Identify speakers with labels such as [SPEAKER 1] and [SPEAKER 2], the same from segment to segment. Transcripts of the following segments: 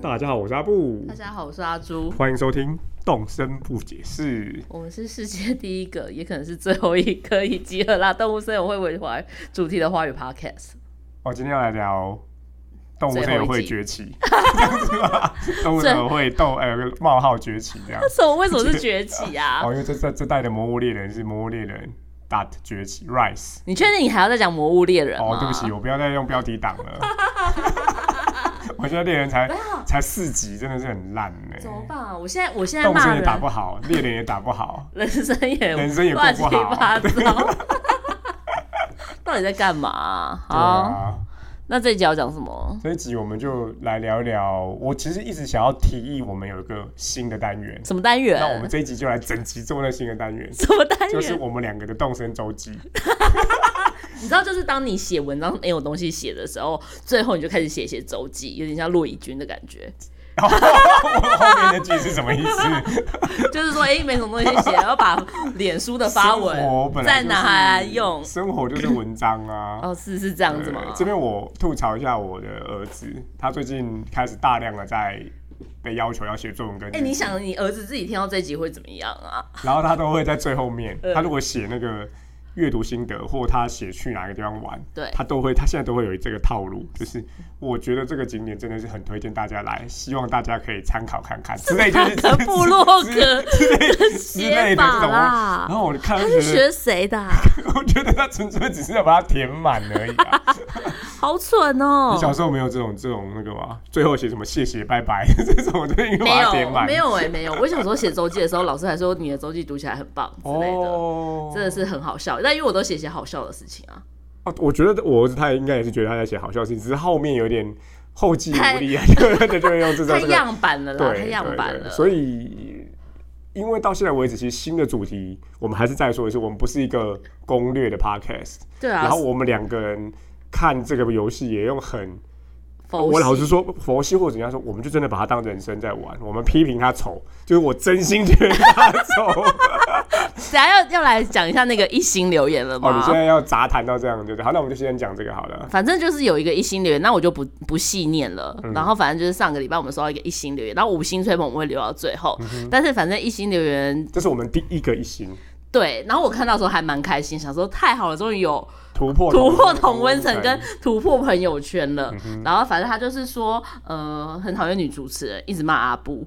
[SPEAKER 1] 大家好，我是阿布，
[SPEAKER 2] 大家好，我是阿朱，
[SPEAKER 1] 欢迎收听《动身不解释
[SPEAKER 2] 我们是世界第一个，也可能是最后一个以集合啦动物森友会为怀主题的花语 podcast。》。
[SPEAKER 1] 哦，今天要来聊动物森友会崛起，这样子 吗？动物
[SPEAKER 2] 最
[SPEAKER 1] 森友会 动呃冒号崛起这样。
[SPEAKER 2] 那什么？为什么是崛起啊？
[SPEAKER 1] 哦，因为这这这代的魔物猎人是魔物猎人大崛起 Rise。
[SPEAKER 2] 你确定你还要再讲魔物猎人吗？
[SPEAKER 1] 哦，对不起，我不要再用标题党 了。我现在猎人才才四级，真的是很烂呢、
[SPEAKER 2] 怎么办啊？我现在我现在
[SPEAKER 1] 动
[SPEAKER 2] 骂
[SPEAKER 1] 身也
[SPEAKER 2] 人，
[SPEAKER 1] 打不好，猎人也打不好，
[SPEAKER 2] 人生也
[SPEAKER 1] 人生也过
[SPEAKER 2] 乱
[SPEAKER 1] 不
[SPEAKER 2] 七
[SPEAKER 1] 好
[SPEAKER 2] 八糟。到底在干嘛啊、
[SPEAKER 1] 对
[SPEAKER 2] 好、
[SPEAKER 1] 啊。
[SPEAKER 2] 那这一集要讲什么？
[SPEAKER 1] 这一集我们就来聊一聊，我其实一直想要提议我们有一个新的单元，
[SPEAKER 2] 什么单元？
[SPEAKER 1] 那我们这一集就来整集做那新的单元，
[SPEAKER 2] 什么单元？
[SPEAKER 1] 就是我们两个的动身周记。
[SPEAKER 2] 你知道，就是当你写文章没有东西写的时候，最后你就开始写一些周记，有点像骆以军的感觉，
[SPEAKER 1] 然后后面那句是什么意思？
[SPEAKER 2] 就是说，哎、没什么东西写，然后把脸书的 发
[SPEAKER 1] 生活本
[SPEAKER 2] 文
[SPEAKER 1] 来
[SPEAKER 2] 再
[SPEAKER 1] 就是
[SPEAKER 2] 拿来用。
[SPEAKER 1] 生活就是文章啊。
[SPEAKER 2] 哦，是是这样子吗
[SPEAKER 1] 呃？这边我吐槽一下我的儿子，他最近开始大量的在被要求要写作文跟，
[SPEAKER 2] 哎、你，想你儿子自己听到这集会怎么样啊？
[SPEAKER 1] 然后他都会在最后面，
[SPEAKER 2] 嗯
[SPEAKER 1] 他如果写那个阅读心得或他写去哪个地方玩，
[SPEAKER 2] 对
[SPEAKER 1] 他都会，他现在都会有这个套路，就是我觉得这个景点真的是很推荐大家来，希望大家可以参考看看之类，就是
[SPEAKER 2] 可部落格
[SPEAKER 1] 之类之类
[SPEAKER 2] 写
[SPEAKER 1] 的这
[SPEAKER 2] 法
[SPEAKER 1] 种。
[SPEAKER 2] 啦
[SPEAKER 1] 然，后我看
[SPEAKER 2] 他
[SPEAKER 1] 到
[SPEAKER 2] 是
[SPEAKER 1] 觉得，
[SPEAKER 2] 学 谁的啊、
[SPEAKER 1] 我觉得他纯粹只是要把它填满而已、啊。
[SPEAKER 2] 好蠢 哦
[SPEAKER 1] 你、小时候没有这种这种那个吗？最后写什么谢谢拜拜 这种，就是因为
[SPEAKER 2] 没
[SPEAKER 1] 把它
[SPEAKER 2] 有
[SPEAKER 1] 填满。
[SPEAKER 2] 没有哎、没有。我小时候写周记的时候，老师还说你的周记读起来很棒之类的，
[SPEAKER 1] 哦，
[SPEAKER 2] 真的是很好笑。但因为我都写些好笑的事情啊。
[SPEAKER 1] 哦，我觉得我儿子他应该也是觉得他在写好笑事情，只是后面有点后继无力啊，对对对， 就会用这种
[SPEAKER 2] 太
[SPEAKER 1] 这个
[SPEAKER 2] 样板了啦，
[SPEAKER 1] 对
[SPEAKER 2] 啊太
[SPEAKER 1] 对
[SPEAKER 2] 样板
[SPEAKER 1] 对
[SPEAKER 2] 了。
[SPEAKER 1] 所以，因为到现在为止，其实新的主题，我们还是再说一次，我们不是一个攻略的 podcast，、
[SPEAKER 2] 对啊，
[SPEAKER 1] 然后我们两个人看这个游戏也用很，
[SPEAKER 2] 佛
[SPEAKER 1] 我
[SPEAKER 2] 系
[SPEAKER 1] 老实说，佛系或者人家说，我们就真的把它当人生在玩，我们批评他丑，就是我真心觉得他 丑。
[SPEAKER 2] 等下要要来讲一下那个一星留言了
[SPEAKER 1] 哦，你
[SPEAKER 2] 吗？
[SPEAKER 1] 现在要杂谈到这样，对不对？好，那我们就先讲这个好了。
[SPEAKER 2] 反正就是有一个一星留言，那我就不不细念了。然后反正就是上个礼拜我们收到一个一星留言，然后五星吹捧我们会留到最后，但是反正一星留言
[SPEAKER 1] 这是我们第一个一星
[SPEAKER 2] 对，然后我看到的时候还蛮开心，想说太好了，终于有
[SPEAKER 1] 突破
[SPEAKER 2] 突破
[SPEAKER 1] 同
[SPEAKER 2] 同温层嗯跟突破朋友圈了。然后反正他就是说，呃，很讨厌女主持人，一直骂阿布。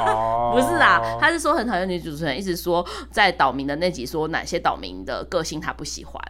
[SPEAKER 1] 哦，
[SPEAKER 2] 不是啦，他是说很讨厌女主持人，一直说在岛民的那集说哪些岛民的个性他不喜欢，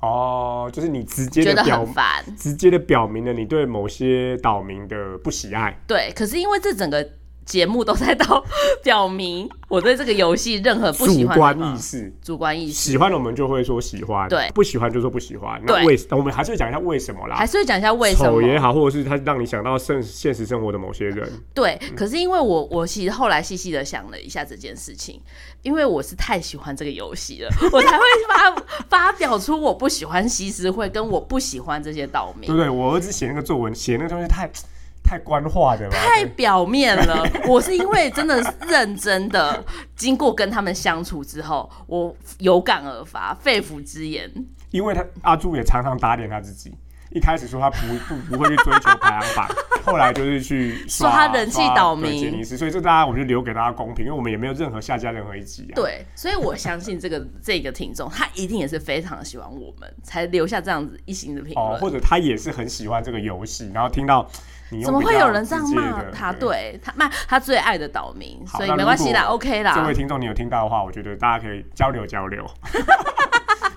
[SPEAKER 1] 哦，就是你直接
[SPEAKER 2] 觉
[SPEAKER 1] 的
[SPEAKER 2] 得
[SPEAKER 1] 表
[SPEAKER 2] 很烦。
[SPEAKER 1] 直接的表明了你对某些岛民的不喜爱。
[SPEAKER 2] 对，可是因为这整个节目都在到 表明我对这个游戏任呃何不喜
[SPEAKER 1] 主
[SPEAKER 2] 欢的
[SPEAKER 1] 观
[SPEAKER 2] 地
[SPEAKER 1] 意
[SPEAKER 2] 方
[SPEAKER 1] 识，
[SPEAKER 2] 主观意识，
[SPEAKER 1] 喜欢我们就会说喜欢，
[SPEAKER 2] 对
[SPEAKER 1] 不喜欢就说不喜欢。那
[SPEAKER 2] 对
[SPEAKER 1] 为我们还是会讲一下为什么啦
[SPEAKER 2] 还。是会讲一下为什
[SPEAKER 1] 啊丑
[SPEAKER 2] 么
[SPEAKER 1] 也好，或者是他让你想到现现实生活的某些人，
[SPEAKER 2] 对，可是因为我我其实后来细细的想了一下这件事情，因为我是太喜欢这个游戏了，我才会发发表出我不喜欢西施会跟我不喜欢这些岛民
[SPEAKER 1] 对。不对？我儿子写那个作文，写那个东西太太官话的吧，
[SPEAKER 2] 太表面了，我是因为真的是认真的，经过跟他们相处之后，我有感而发，肺腑之言。
[SPEAKER 1] 因为他阿朱也常常打脸他自己。一开始说他不不不会去追求排行 榜，后来就是去
[SPEAKER 2] 说
[SPEAKER 1] 刷
[SPEAKER 2] 他人气
[SPEAKER 1] 刷
[SPEAKER 2] 倒
[SPEAKER 1] 对
[SPEAKER 2] 霉
[SPEAKER 1] 杰尼斯，所以这大家我就留给大家公平，因为我们也没有任何下架任何一集啊。，
[SPEAKER 2] 对，所以我相信这 个这个听众，他一定也是非常喜欢我们，才留下这样子一星的评
[SPEAKER 1] 哦，
[SPEAKER 2] 论。
[SPEAKER 1] 或者他也是很喜欢这个游戏，然后听到你用
[SPEAKER 2] 怎么
[SPEAKER 1] 比
[SPEAKER 2] 会
[SPEAKER 1] 较
[SPEAKER 2] 有人这样
[SPEAKER 1] 直接
[SPEAKER 2] 骂
[SPEAKER 1] 的
[SPEAKER 2] 他？。对他骂他最爱的岛民，
[SPEAKER 1] 好
[SPEAKER 2] 所以
[SPEAKER 1] 那
[SPEAKER 2] 没
[SPEAKER 1] 如
[SPEAKER 2] 关系啦
[SPEAKER 1] 果
[SPEAKER 2] ，OK
[SPEAKER 1] 这
[SPEAKER 2] 啦
[SPEAKER 1] 位。听众，你有听到的话，我觉得大家可以交流交流。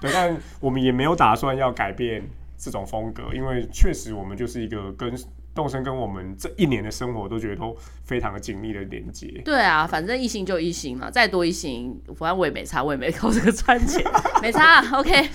[SPEAKER 1] 对，但我们也没有打算要改变这种风格，因为确实我们就是一个跟动身跟我们这一年的生活都觉得都非常的紧密的连接。
[SPEAKER 2] 对啊，反正一星就一星嘛，再多一星，反正我也没差，我也没靠这个赚 钱，没差啊，OK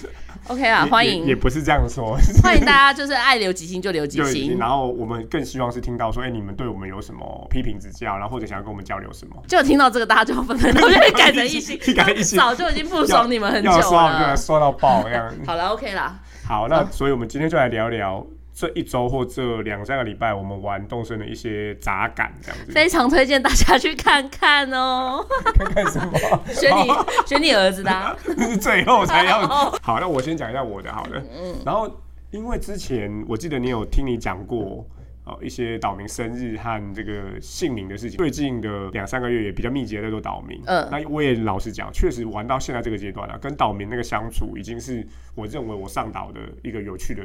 [SPEAKER 2] OK 啊，
[SPEAKER 1] 也
[SPEAKER 2] 欢
[SPEAKER 1] 也也
[SPEAKER 2] 迎
[SPEAKER 1] 不是这样说，
[SPEAKER 2] 欢迎大家就是爱留几星就留几
[SPEAKER 1] 就已经
[SPEAKER 2] 星，
[SPEAKER 1] 然后我们更希望是听到说，哎、你们对我们有什么批评指教，然后或者想要跟我们交流什么。
[SPEAKER 2] 就听到这个大家就
[SPEAKER 1] ，
[SPEAKER 2] 纷纷都愿意 改成一星
[SPEAKER 1] 改成一星
[SPEAKER 2] 早就已经不爽你们很久啊
[SPEAKER 1] 要刷我们就来
[SPEAKER 2] 了。
[SPEAKER 1] 刷到爆这样。
[SPEAKER 2] 好了，OK 啦，
[SPEAKER 1] 好，那所以我们今天就来聊聊这一周或这两三个礼拜我们玩动身的一些杂感，这样子。
[SPEAKER 2] 非常推荐大家去看看哦。
[SPEAKER 1] 看看什么？哦
[SPEAKER 2] 选你选你儿子的、啊，
[SPEAKER 1] 是 最后才要。好，那
[SPEAKER 2] 嗯
[SPEAKER 1] 我先讲一下我的好了。然后，因为之前我记得你有听你讲过，呃一些岛民生日和这个姓名的事情。最近的两三个月也比较密集的在做岛民，
[SPEAKER 2] 嗯
[SPEAKER 1] 那我也老实讲，确实玩到现在这个阶段啊，跟岛民那个相处已经是我认为我上岛的一个有趣的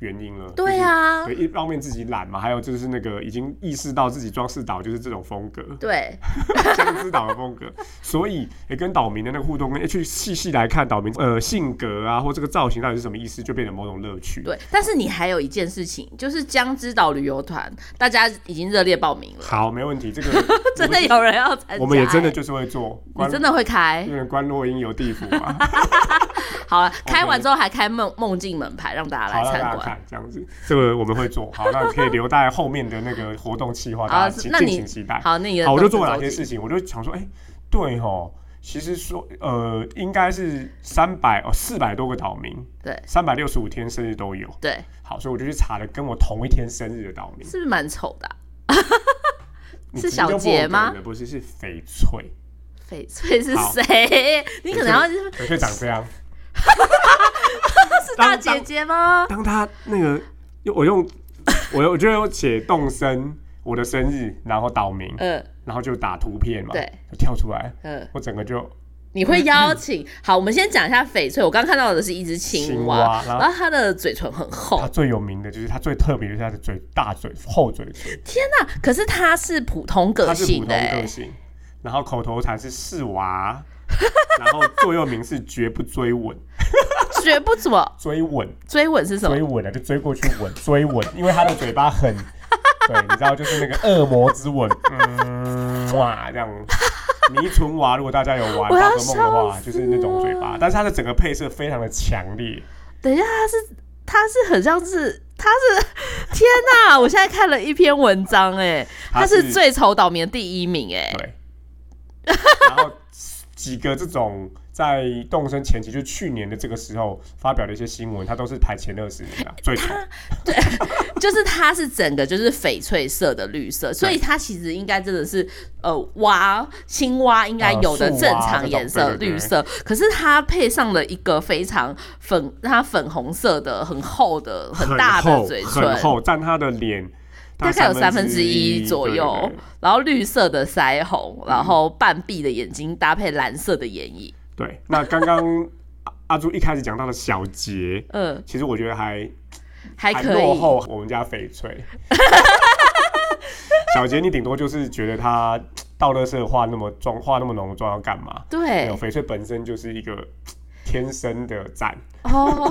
[SPEAKER 1] 原因了。
[SPEAKER 2] 对
[SPEAKER 1] 呀。
[SPEAKER 2] 啊，
[SPEAKER 1] 对，一方面自己懒嘛，还有就是那个已经意识到自己装饰岛就是这种风格，
[SPEAKER 2] 对，
[SPEAKER 1] 江之岛的风格，所以也、跟岛民的那个互动，诶去细细来看岛民呃性格啊，或这个造型到底是什么意思，就变成某种乐趣。
[SPEAKER 2] 对，但是你还有一件事情，就是江之岛旅游团，大家已经热烈报名了，
[SPEAKER 1] 好，没问题，这个
[SPEAKER 2] 真的有人要参加、
[SPEAKER 1] 我们也真的
[SPEAKER 2] 欸，
[SPEAKER 1] 就是会做关
[SPEAKER 2] 你真的会开
[SPEAKER 1] 因？为关落英游地府嘛，
[SPEAKER 2] 好了，开完之后还开梦梦境门牌让大家
[SPEAKER 1] 好
[SPEAKER 2] 来
[SPEAKER 1] 让
[SPEAKER 2] 参
[SPEAKER 1] 大家
[SPEAKER 2] 观。
[SPEAKER 1] 看这样子，这个我们会做好，那可以留在后面的那个活动计 划，大家
[SPEAKER 2] 好，
[SPEAKER 1] 请
[SPEAKER 2] 哦那
[SPEAKER 1] 敬
[SPEAKER 2] 你
[SPEAKER 1] 请期待。
[SPEAKER 2] 好，那你的
[SPEAKER 1] 好，我就
[SPEAKER 2] 动
[SPEAKER 1] 做
[SPEAKER 2] 作
[SPEAKER 1] 了
[SPEAKER 2] 周
[SPEAKER 1] 两件
[SPEAKER 2] 记
[SPEAKER 1] 事情，我就想说，哎、对吼，其实说呃，应该是三百哦四百多个岛民，
[SPEAKER 2] 对
[SPEAKER 1] 三百六十五天生日都有。
[SPEAKER 2] 对，
[SPEAKER 1] 好，所以我就去查了跟我同一天生日的岛民，
[SPEAKER 2] 是不是蛮丑的啊、
[SPEAKER 1] 你
[SPEAKER 2] 是
[SPEAKER 1] 直接就
[SPEAKER 2] 小杰
[SPEAKER 1] 破梗
[SPEAKER 2] 吗
[SPEAKER 1] 了？不是，是翡翠，
[SPEAKER 2] 翡翠是
[SPEAKER 1] 好
[SPEAKER 2] 谁？ 你可能要是
[SPEAKER 1] 翡翠长这 样。
[SPEAKER 2] 大
[SPEAKER 1] 当
[SPEAKER 2] 姐姐吗？
[SPEAKER 1] 当他那个，用我用我用我就用写动身我的生日，然后岛民，
[SPEAKER 2] 呃
[SPEAKER 1] 然后就打图片嘛，
[SPEAKER 2] 对，
[SPEAKER 1] 就跳出来，
[SPEAKER 2] 呃，
[SPEAKER 1] 我整个就
[SPEAKER 2] 你会邀请？好，我们先讲一下翡翠。我刚看到的是一只青
[SPEAKER 1] 青蛙然
[SPEAKER 2] 然
[SPEAKER 1] 后
[SPEAKER 2] 后它的嘴唇很厚
[SPEAKER 1] 他。最有名的就是他最特别就是他的嘴大嘴厚嘴唇，
[SPEAKER 2] 天哪！可是它是普通个
[SPEAKER 1] 他是普
[SPEAKER 2] 性
[SPEAKER 1] 通
[SPEAKER 2] 的、
[SPEAKER 1] 个
[SPEAKER 2] 欸，
[SPEAKER 1] 性，然后口头禅是是娃，然后座右铭是绝不追吻，
[SPEAKER 2] 绝不怎么
[SPEAKER 1] 追吻。
[SPEAKER 2] 追吻是什么
[SPEAKER 1] 追？吻啊，就追过去吻，追吻，因为他的嘴巴 很，对，你知道，就是那个恶魔之吻，嗯，哇，这样。迷唇娃，如果大家有玩
[SPEAKER 2] 我
[SPEAKER 1] 宝
[SPEAKER 2] 要
[SPEAKER 1] 可梦的话，
[SPEAKER 2] 笑死
[SPEAKER 1] 就是那种嘴巴，但是它的整个配色非常的强烈，
[SPEAKER 2] 等一下，它是它是很像是它是天哪！我现在看了一篇文章、欸，哎，它
[SPEAKER 1] 它
[SPEAKER 2] 是最丑岛民的第一名、欸，哎，
[SPEAKER 1] 对。然后几个这种在动身前期，就是去年的这个时候发表的一些新闻，它都是排前二十名的啊最丑。
[SPEAKER 2] 就是它是整个就是翡翠色的绿色，所以它其实应该真的是呃蛙青蛙应该有的
[SPEAKER 1] 呃
[SPEAKER 2] 正
[SPEAKER 1] 树蛙
[SPEAKER 2] 常颜色
[SPEAKER 1] 这种对对对
[SPEAKER 2] 绿色，可是它配上了一个非常粉，它粉红色的很厚的很大的
[SPEAKER 1] 厚
[SPEAKER 2] 嘴
[SPEAKER 1] 很
[SPEAKER 2] 唇，
[SPEAKER 1] 厚，占他的脸
[SPEAKER 2] 大概有三分之一左右，
[SPEAKER 1] 对对对
[SPEAKER 2] 然后绿色的腮红，
[SPEAKER 1] 嗯
[SPEAKER 2] 然后半闭的眼睛搭配蓝色的眼影，
[SPEAKER 1] 对，那刚刚 阿阿朱一开始讲到的小杰，
[SPEAKER 2] 嗯，
[SPEAKER 1] 其实我觉得还
[SPEAKER 2] 还可
[SPEAKER 1] 落
[SPEAKER 2] 以。
[SPEAKER 1] 后我们家翡 翠。小杰，你顶多就是觉得他到乐色化那么妆，化那么浓的妆要干嘛？没有，
[SPEAKER 2] 对
[SPEAKER 1] 翡翠本身就是一个天生的赞。
[SPEAKER 2] 哦，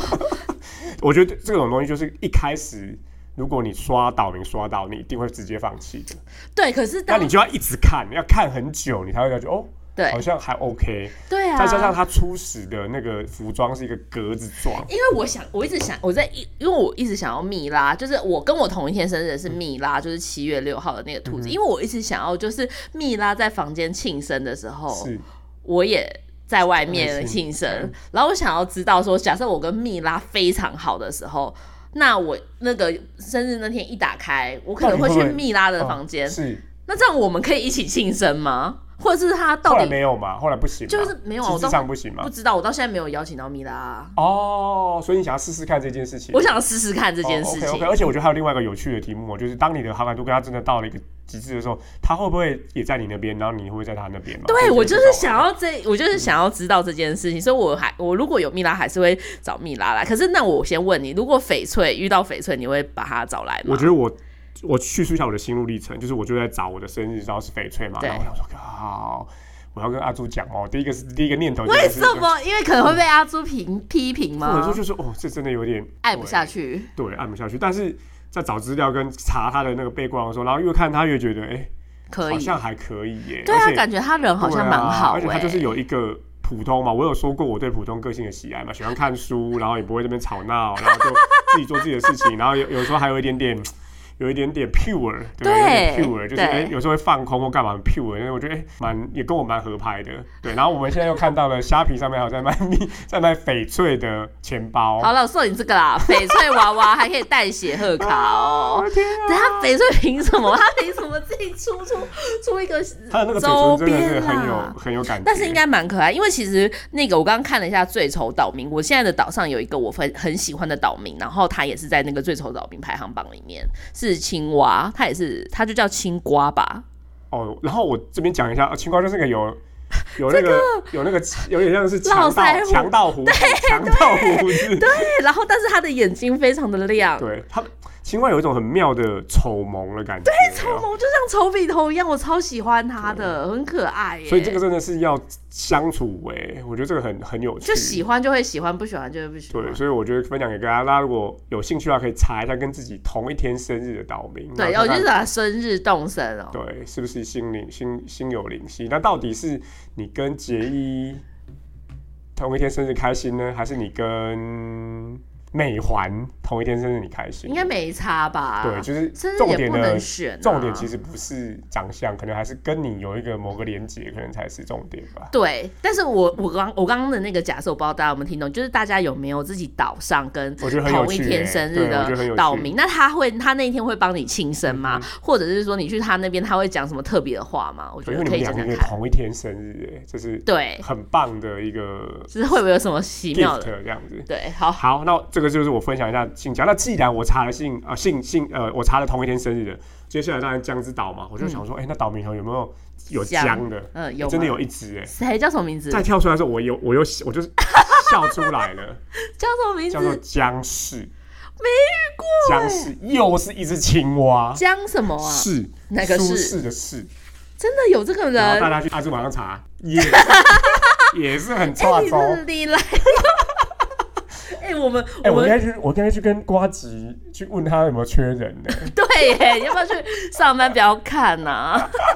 [SPEAKER 1] 我觉得这种东西就是一开始。如果你刷岛民刷到，你一定会直接放弃的。
[SPEAKER 2] 对，可是
[SPEAKER 1] 那
[SPEAKER 2] 当
[SPEAKER 1] 你就要一直看，要看很久，你才会了解哦，
[SPEAKER 2] 对啊
[SPEAKER 1] 好像还 OK。
[SPEAKER 2] 对啊，
[SPEAKER 1] 再加上他初始的那个服装是一个格子状，
[SPEAKER 2] 因为我想，我一直想，我在一，因为我一直想要蜜拉，就是我跟我同一天生日的
[SPEAKER 1] 嗯
[SPEAKER 2] 是蜜拉，就是七月六号的那个兔子，因为我一直想要，就是蜜拉在房间庆生的时候，
[SPEAKER 1] 是
[SPEAKER 2] 我也。在外面
[SPEAKER 1] 庆生
[SPEAKER 2] 庆生
[SPEAKER 1] 嗯，
[SPEAKER 2] 然后我想要知道说，假设我跟蜜拉非常好的时候，那我那个生日那天一打开，我可能会
[SPEAKER 1] 到底会不
[SPEAKER 2] 去
[SPEAKER 1] 会
[SPEAKER 2] 蜜拉的房间
[SPEAKER 1] 哦。是
[SPEAKER 2] 那这样我们可以一起庆生吗？或者是他到
[SPEAKER 1] 后来
[SPEAKER 2] 底
[SPEAKER 1] 没有嘛？后来不行嘛，
[SPEAKER 2] 就是没有啊？
[SPEAKER 1] 机
[SPEAKER 2] 我
[SPEAKER 1] 制
[SPEAKER 2] 都
[SPEAKER 1] 上不行
[SPEAKER 2] 不
[SPEAKER 1] 嘛？
[SPEAKER 2] 知道，我到现在没有邀请到蜜拉啊，
[SPEAKER 1] 哦，所以你想要试试看这件事情
[SPEAKER 2] 我。想试试看这件事情
[SPEAKER 1] o k o k。而且哦我觉得还有另外一个有趣的题目哦，就是当你的好感度跟他真的到了一个极致的时候，他会不会也在你那边，然后你会不会在他那边嘛？
[SPEAKER 2] 对，
[SPEAKER 1] 这
[SPEAKER 2] 我就是想
[SPEAKER 1] 好玩，
[SPEAKER 2] 要这，我就是想要知道这件事情，所以我还我如果有蜜拉，还是会找蜜拉来。可是那我先问你，如果翡翠遇到翡翠，你会把她找来吗？
[SPEAKER 1] 我觉得我我叙述一下我的心路历程，就是我就在找我的生日，然后是翡翠嘛，
[SPEAKER 2] 对
[SPEAKER 1] 然后我想说，好，我要跟阿朱讲哦，第一个是第一个念头，
[SPEAKER 2] 为什？么？因为可能会被阿朱评批评
[SPEAKER 1] 或者
[SPEAKER 2] 吗
[SPEAKER 1] 说？就是哦，这真的有点
[SPEAKER 2] 爱不下去，
[SPEAKER 1] 对，按不下去。但是在找资料跟查他的那个背光的时候，然后越看他越觉得，哎、
[SPEAKER 2] 可
[SPEAKER 1] 好
[SPEAKER 2] 以。
[SPEAKER 1] 像还可以耶。
[SPEAKER 2] 对
[SPEAKER 1] 而
[SPEAKER 2] 啊，
[SPEAKER 1] 且
[SPEAKER 2] 感觉他人好像蛮好、欸
[SPEAKER 1] 对啊而且他就是有一个普通嘛，我有说过我对普通个性的喜爱嘛，喜欢看书，然后也不会这边吵闹，然后就自己做自己的事情，然后有有时候还有一点点。有一点点 pure，对，
[SPEAKER 2] 对
[SPEAKER 1] 有点 pure，就是
[SPEAKER 2] 对
[SPEAKER 1] 哎、有时候会放空或干嘛很 pure，因为我觉得哎，蛮、也跟我蛮合拍的，对。然后我们现在又看到了虾皮上面还有在卖 在卖翡翠的钱包，
[SPEAKER 2] 好了，我送你这个啦，翡翠娃娃还可以带血贺卡哦。
[SPEAKER 1] 哦天啊！
[SPEAKER 2] 等一下翡翠凭什么？他凭什么自己出出出一个
[SPEAKER 1] 他的那个嘴
[SPEAKER 2] 周
[SPEAKER 1] 唇真的是
[SPEAKER 2] 边啦？
[SPEAKER 1] 很有很有感觉，
[SPEAKER 2] 但是应该蛮可爱，因为其实那个我刚刚看了一下最丑岛民，我现在的岛上有一个我很很喜欢的岛民，然后他也是在那个最丑岛民排行榜里面是是青蛙，它也是，它就叫青 瓜吧？
[SPEAKER 1] 哦，然后我这边讲一下，呃青瓜就是那个有有那个有那个有点像是强
[SPEAKER 2] 络腮
[SPEAKER 1] 盗
[SPEAKER 2] 胡
[SPEAKER 1] 强盗胡子，强盗胡子，
[SPEAKER 2] 对，然后但是它的眼睛非常的亮，
[SPEAKER 1] 对它青蛙有一种很妙的丑萌的感觉，对
[SPEAKER 2] 丑萌就像丑笔头一样，我超喜欢它的，很可爱耶。
[SPEAKER 1] 所以 这个真的是要相处哎、我觉得这个很很有趣，
[SPEAKER 2] 就喜欢就会喜欢，不喜欢就会不喜欢。
[SPEAKER 1] 对，所以我觉得分享给大家，大家如果有兴趣的话，可以查一下跟自己同一天生日的岛民，
[SPEAKER 2] 对，
[SPEAKER 1] 然后
[SPEAKER 2] 哦，就
[SPEAKER 1] 看
[SPEAKER 2] 是
[SPEAKER 1] 看
[SPEAKER 2] 他生日动身哦。
[SPEAKER 1] 对，是不是心灵心心有灵犀？那到底是你跟杰伊同一天生日开心呢，还是你跟美环同一天生日你开心？
[SPEAKER 2] 应该没差吧？
[SPEAKER 1] 对，就是
[SPEAKER 2] 生日
[SPEAKER 1] 重
[SPEAKER 2] 也
[SPEAKER 1] 点
[SPEAKER 2] 不
[SPEAKER 1] 的
[SPEAKER 2] 能选、啊。
[SPEAKER 1] 重点其实不是长相，可能还是跟你有一个某个连接，可能才是重点吧。
[SPEAKER 2] 对，但是我我刚我刚刚的那个假设，我不知道大家有没有听懂，就是大家有没有自己岛上跟
[SPEAKER 1] 我觉得很有
[SPEAKER 2] 同一
[SPEAKER 1] 趣欸
[SPEAKER 2] 天生
[SPEAKER 1] 对
[SPEAKER 2] 日
[SPEAKER 1] 我觉得很
[SPEAKER 2] 的
[SPEAKER 1] 有
[SPEAKER 2] 岛
[SPEAKER 1] 趣嗯
[SPEAKER 2] 民？那他会他那一天会帮你庆生吗？或者是说你去他那边他会讲什么特别的话吗？我觉
[SPEAKER 1] 对因
[SPEAKER 2] 得
[SPEAKER 1] 为你们
[SPEAKER 2] 可以讲
[SPEAKER 1] 两个
[SPEAKER 2] 讲
[SPEAKER 1] 一个
[SPEAKER 2] 看。
[SPEAKER 1] 同一天生日，哎，这是
[SPEAKER 2] 对，
[SPEAKER 1] 很棒的一个
[SPEAKER 2] 就是会不会有什么奇妙
[SPEAKER 1] gift
[SPEAKER 2] 的？
[SPEAKER 1] 这样子。
[SPEAKER 2] 对，好，
[SPEAKER 1] 好，那这个就是我分享一下姓家。那既然我查了姓啊、姓姓呃，我查了同一天生日的，接下来当然江之岛嘛，我就想说，哎、那岛民头有没有有
[SPEAKER 2] 江
[SPEAKER 1] 江的？
[SPEAKER 2] 嗯，有
[SPEAKER 1] 真的
[SPEAKER 2] 吗
[SPEAKER 1] 有一只哎、
[SPEAKER 2] 谁叫什么名字？
[SPEAKER 1] 再
[SPEAKER 2] 叫
[SPEAKER 1] 跳出来的时候，我有我又我就是笑出来 了，
[SPEAKER 2] 什么名
[SPEAKER 1] 叫做
[SPEAKER 2] 字？
[SPEAKER 1] 江氏，没遇过、江氏又是一只青蛙，
[SPEAKER 2] 江什么啊？
[SPEAKER 1] 是
[SPEAKER 2] 哪个
[SPEAKER 1] 舒
[SPEAKER 2] 是
[SPEAKER 1] 适的适，
[SPEAKER 2] 真的有这个
[SPEAKER 1] 然后大
[SPEAKER 2] 人？
[SPEAKER 1] 家去大致网上 查，也也是很
[SPEAKER 2] 哎，
[SPEAKER 1] 差哦
[SPEAKER 2] 你
[SPEAKER 1] 周。
[SPEAKER 2] 是你来。 哎，我们
[SPEAKER 1] 哎、
[SPEAKER 2] 我
[SPEAKER 1] 我
[SPEAKER 2] 们
[SPEAKER 1] 应该去，我应该去跟瓜吉去问他有没有缺人呢、
[SPEAKER 2] 对耶，要不要去上班？不要看呐、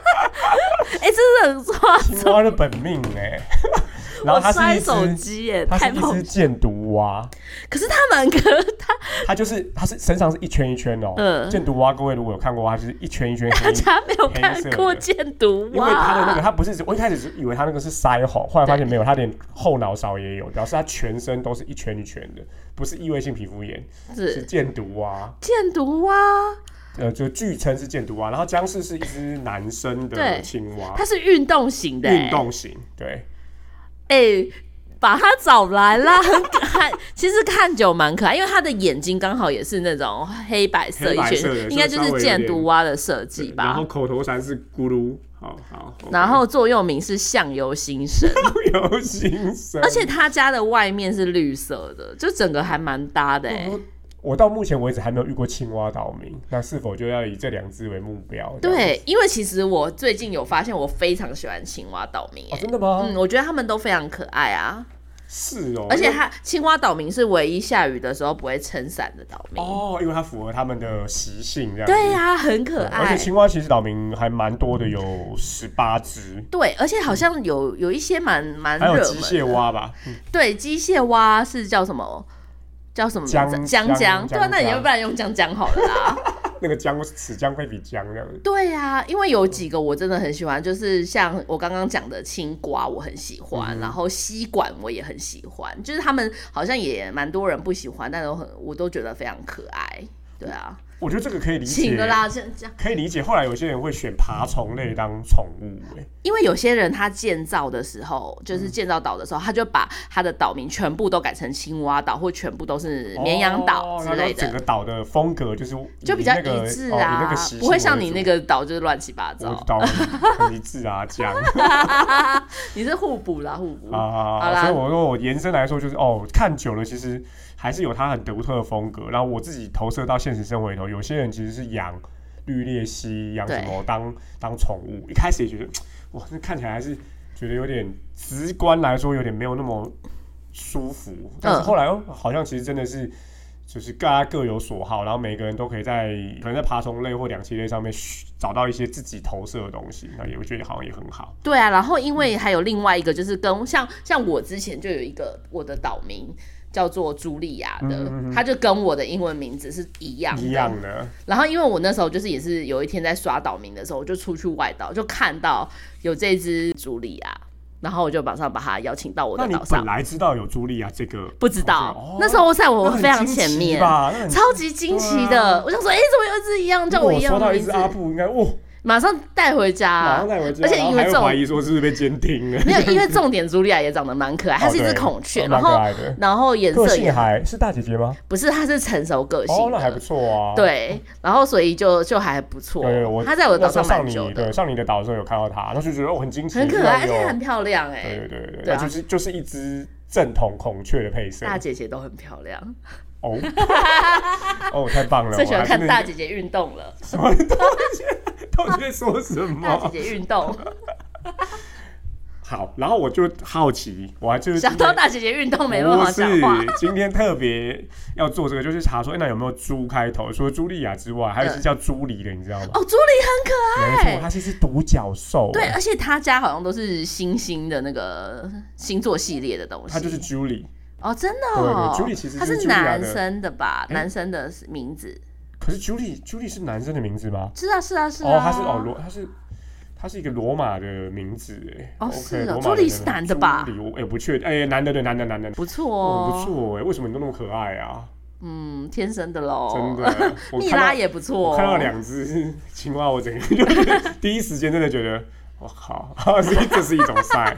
[SPEAKER 2] 哎、真的很抓
[SPEAKER 1] 青蛙的本命哎、 然后
[SPEAKER 2] 我
[SPEAKER 1] 它
[SPEAKER 2] 摔
[SPEAKER 1] 是一
[SPEAKER 2] 手
[SPEAKER 1] 只，
[SPEAKER 2] 机耶，
[SPEAKER 1] 它
[SPEAKER 2] 太
[SPEAKER 1] 是一
[SPEAKER 2] 猛
[SPEAKER 1] 只！箭毒蛙，
[SPEAKER 2] 可是他蛮可， 他
[SPEAKER 1] 它就是它是身上是一圈一圈哦、
[SPEAKER 2] 嗯
[SPEAKER 1] 箭毒蛙，各位如果有看过的话，就是一圈一圈黑
[SPEAKER 2] 大。家没有看
[SPEAKER 1] 黑色
[SPEAKER 2] 过
[SPEAKER 1] 的
[SPEAKER 2] 箭毒蛙，
[SPEAKER 1] 因为它的那个，它不是只，我一开始是以为它那个是腮红，后来发现
[SPEAKER 2] 对
[SPEAKER 1] 没有，它连后脑勺也有，表示它全身都是一圈一圈的，不是异位性皮肤炎，是
[SPEAKER 2] 是
[SPEAKER 1] 箭毒蛙，
[SPEAKER 2] 箭毒蛙，
[SPEAKER 1] 呃，就据称是箭毒蛙。然后僵尸是一只男生
[SPEAKER 2] 对
[SPEAKER 1] 的青蛙
[SPEAKER 2] 它，是运动型的欸耶
[SPEAKER 1] 运动型，对。
[SPEAKER 2] 哎、把它找来啦， 很可爱。其实看久蛮可爱，因为它的眼睛刚好也是那种黑白色
[SPEAKER 1] 黑
[SPEAKER 2] 一
[SPEAKER 1] 白色
[SPEAKER 2] 圈，
[SPEAKER 1] 的
[SPEAKER 2] 应该就
[SPEAKER 1] 所以稍微
[SPEAKER 2] 是
[SPEAKER 1] 有
[SPEAKER 2] 箭
[SPEAKER 1] 点
[SPEAKER 2] 毒蛙的设计
[SPEAKER 1] 对
[SPEAKER 2] 吧。
[SPEAKER 1] 然后口头禅是咕噜，好好。
[SPEAKER 2] 然后座右铭是相由心生。
[SPEAKER 1] 游行生，
[SPEAKER 2] 而且他家的外面是绿色的，就整个还蛮搭的、欸。
[SPEAKER 1] 我我到目前为止还没有遇过青蛙岛民，那是否就要以这两只为目标？这样子，
[SPEAKER 2] 对，因为其实我最近有发现，我非常喜欢青蛙岛民、
[SPEAKER 1] 哦，
[SPEAKER 2] 欸。
[SPEAKER 1] 真的吗？
[SPEAKER 2] 嗯，我觉得他们都非常可爱啊，
[SPEAKER 1] 是哦，
[SPEAKER 2] 嗯而且
[SPEAKER 1] 因为
[SPEAKER 2] 它青蛙岛民是唯一下雨的时候不会撑伞的岛民。
[SPEAKER 1] 哦，因为它符合他们的习性，这样子
[SPEAKER 2] 对。呀、哎很可
[SPEAKER 1] 对啊而
[SPEAKER 2] 爱
[SPEAKER 1] 且。青蛙其实岛民还蛮多的，有十八只，
[SPEAKER 2] 对，而且好像有有一些蛮蛮
[SPEAKER 1] 还有
[SPEAKER 2] 热
[SPEAKER 1] 机
[SPEAKER 2] 门
[SPEAKER 1] 械
[SPEAKER 2] 的。
[SPEAKER 1] 蛙吧，嗯
[SPEAKER 2] 对，机械蛙是叫什么？叫什么名字？
[SPEAKER 1] 江
[SPEAKER 2] 江
[SPEAKER 1] 江
[SPEAKER 2] 江。对啊，
[SPEAKER 1] 江
[SPEAKER 2] 那你要
[SPEAKER 1] 江
[SPEAKER 2] 不然用江江好了啦。
[SPEAKER 1] 那个姜此姜非彼姜这样子。
[SPEAKER 2] 对呀、因为有几个我真的很喜欢，就是像我刚刚讲的青瓜，我很喜
[SPEAKER 1] 嗯
[SPEAKER 2] 欢，然后吸管我也很喜欢，就是他们好像也蛮多人不喜欢，但都很我都觉得非常可爱。对啊，
[SPEAKER 1] 我觉得这个可以理
[SPEAKER 2] 请
[SPEAKER 1] 解，
[SPEAKER 2] 的啦，这这样，
[SPEAKER 1] 可以理解。后来有些人会选爬虫类当宠物、哎，
[SPEAKER 2] 因为有些人他建造的时候，就是建造岛的时候，他就把他的岛名全部都改成青蛙岛，或全部都是绵羊岛
[SPEAKER 1] 哦
[SPEAKER 2] 之类
[SPEAKER 1] 然后整
[SPEAKER 2] 的，
[SPEAKER 1] 个岛的风格就是
[SPEAKER 2] 就
[SPEAKER 1] 以
[SPEAKER 2] 比较
[SPEAKER 1] 那个
[SPEAKER 2] 一致
[SPEAKER 1] 哦以那
[SPEAKER 2] 啊
[SPEAKER 1] 个，习
[SPEAKER 2] 不会
[SPEAKER 1] 性
[SPEAKER 2] 像
[SPEAKER 1] 为
[SPEAKER 2] 你
[SPEAKER 1] 主
[SPEAKER 2] 那个岛就是乱七八
[SPEAKER 1] 我
[SPEAKER 2] 糟
[SPEAKER 1] 知。道很一致啊， 讲啊
[SPEAKER 2] 你是互补啦，互补。好啦
[SPEAKER 1] 啊，所以我说我延伸来说就是哦，看久了其实还是有它很独特的风格。然后我自己投射到现实生活里头，有些人其实是养绿鬣蜥、养什么当当宠物，一开始也觉得哇，那看起来还是觉得有点直观来说有点没有那么舒服，但
[SPEAKER 2] 嗯
[SPEAKER 1] 是后来哦，好像其实真的是。就是大家各有所好，然后每个人都可以在可能在爬虫类或两栖类上面寻找到一些自己投射的东西，那也我觉得好像也很好。
[SPEAKER 2] 对啊，然后因
[SPEAKER 1] 嗯
[SPEAKER 2] 为还有另外一个，就是跟像像我之前就有一个我的岛名叫做茱莉亚的，
[SPEAKER 1] 嗯嗯嗯
[SPEAKER 2] 它就跟我的英文名字是一样的。
[SPEAKER 1] 一样的，
[SPEAKER 2] 然后因为我那时候就是也是有一天在刷岛名的时候，我就出去外岛，就看到有这只茱莉亚，然后我就马上把它邀请到我
[SPEAKER 1] 那
[SPEAKER 2] 的
[SPEAKER 1] 你
[SPEAKER 2] 岛
[SPEAKER 1] 本
[SPEAKER 2] 上。
[SPEAKER 1] 来知道有茱莉亚这个，
[SPEAKER 2] 不知道，
[SPEAKER 1] 哦
[SPEAKER 2] 那时候在我
[SPEAKER 1] 那很
[SPEAKER 2] 非常
[SPEAKER 1] 惊
[SPEAKER 2] 前
[SPEAKER 1] 奇
[SPEAKER 2] 面，
[SPEAKER 1] 吧，那很
[SPEAKER 2] 超级惊奇的。
[SPEAKER 1] 对啊
[SPEAKER 2] 我想说，哎、怎么有一只一样
[SPEAKER 1] 如
[SPEAKER 2] 叫
[SPEAKER 1] 果
[SPEAKER 2] 我
[SPEAKER 1] 我
[SPEAKER 2] 一样
[SPEAKER 1] 收到
[SPEAKER 2] 的
[SPEAKER 1] 一
[SPEAKER 2] 名
[SPEAKER 1] 只
[SPEAKER 2] 字？
[SPEAKER 1] 阿布，应该哦，
[SPEAKER 2] 马上带回家、
[SPEAKER 1] 马
[SPEAKER 2] 啊
[SPEAKER 1] 上。带回家，
[SPEAKER 2] 而且
[SPEAKER 1] 然后
[SPEAKER 2] 因为
[SPEAKER 1] 还会
[SPEAKER 2] 这种
[SPEAKER 1] 怀疑说是不是被监听了，
[SPEAKER 2] 没有，因为重点茱莉亚也长得蛮可爱，它是一只孔雀，
[SPEAKER 1] 哦
[SPEAKER 2] 然
[SPEAKER 1] 蛮可
[SPEAKER 2] 后
[SPEAKER 1] 爱的，
[SPEAKER 2] 然后颜
[SPEAKER 1] 个
[SPEAKER 2] 色
[SPEAKER 1] 性
[SPEAKER 2] 也
[SPEAKER 1] 还是大姐姐吗？
[SPEAKER 2] 不是，它是成熟个性的，
[SPEAKER 1] 哦，那还不错啊。
[SPEAKER 2] 对，然后所以就就还不错
[SPEAKER 1] 对，我。
[SPEAKER 2] 它在我的
[SPEAKER 1] 那
[SPEAKER 2] 岛
[SPEAKER 1] 时候上
[SPEAKER 2] 上蛮
[SPEAKER 1] 你
[SPEAKER 2] 久的，
[SPEAKER 1] 对上你的岛的时候有看到它，然后就觉得哦很惊奇，
[SPEAKER 2] 很可
[SPEAKER 1] 居然
[SPEAKER 2] 爱，而且
[SPEAKER 1] 有
[SPEAKER 2] 很漂亮哎、
[SPEAKER 1] 对对对对，
[SPEAKER 2] 对啊
[SPEAKER 1] 那就是就是一只正统孔雀的配色。
[SPEAKER 2] 大姐姐都很漂亮，
[SPEAKER 1] 哦 哦，太棒了！
[SPEAKER 2] 最喜欢
[SPEAKER 1] 我还
[SPEAKER 2] 看
[SPEAKER 1] 真的
[SPEAKER 2] 大姐姐运动了。
[SPEAKER 1] 什么东西， 到底在说什
[SPEAKER 2] 大姐
[SPEAKER 1] 么？
[SPEAKER 2] 姐运 动，
[SPEAKER 1] 好，然后我就好奇，我还就是
[SPEAKER 2] 想到大姐姐运动没办法讲话。
[SPEAKER 1] 不是，今天特别要做这个，就是查说，哎、那有没有猪开头？除了茱莉亚之外，还有一只叫朱莉的，你知道吗？
[SPEAKER 2] 哦，朱莉很可
[SPEAKER 1] 没
[SPEAKER 2] 爱
[SPEAKER 1] 错，，它是一只独角兽。
[SPEAKER 2] 对，
[SPEAKER 1] 哎
[SPEAKER 2] 而且他家好像都是星星的那个星座系列的东西。
[SPEAKER 1] 它就是朱莉。
[SPEAKER 2] 哦，真的哦，
[SPEAKER 1] 对对，Julie 其实
[SPEAKER 2] 他
[SPEAKER 1] 就是 Julia 的
[SPEAKER 2] 男生的吧？
[SPEAKER 1] 诶
[SPEAKER 2] 男生的名字
[SPEAKER 1] 可是朱莉，朱莉是男生的名字吗？
[SPEAKER 2] 是啊，是啊，是啊。
[SPEAKER 1] 哦，他是哦罗，他是他是一个罗马的名字哎。
[SPEAKER 2] 哦
[SPEAKER 1] OK，
[SPEAKER 2] 是哦
[SPEAKER 1] 罗马
[SPEAKER 2] 朱莉是
[SPEAKER 1] 名字
[SPEAKER 2] 男的吧
[SPEAKER 1] 朱莉，我也不确定，哎，男的对，男的男的，
[SPEAKER 2] 不错
[SPEAKER 1] 哦，
[SPEAKER 2] 哦，
[SPEAKER 1] 很不，错哎，为什么你都那么可爱啊？
[SPEAKER 2] 嗯，天生的喽，
[SPEAKER 1] 真。的，我
[SPEAKER 2] 蜜
[SPEAKER 1] 看到
[SPEAKER 2] 拉也不错、
[SPEAKER 1] 我看到
[SPEAKER 2] 哦，
[SPEAKER 1] 两只 青蛙，我整个就第一时间真的觉得，我 靠，这是一种赛。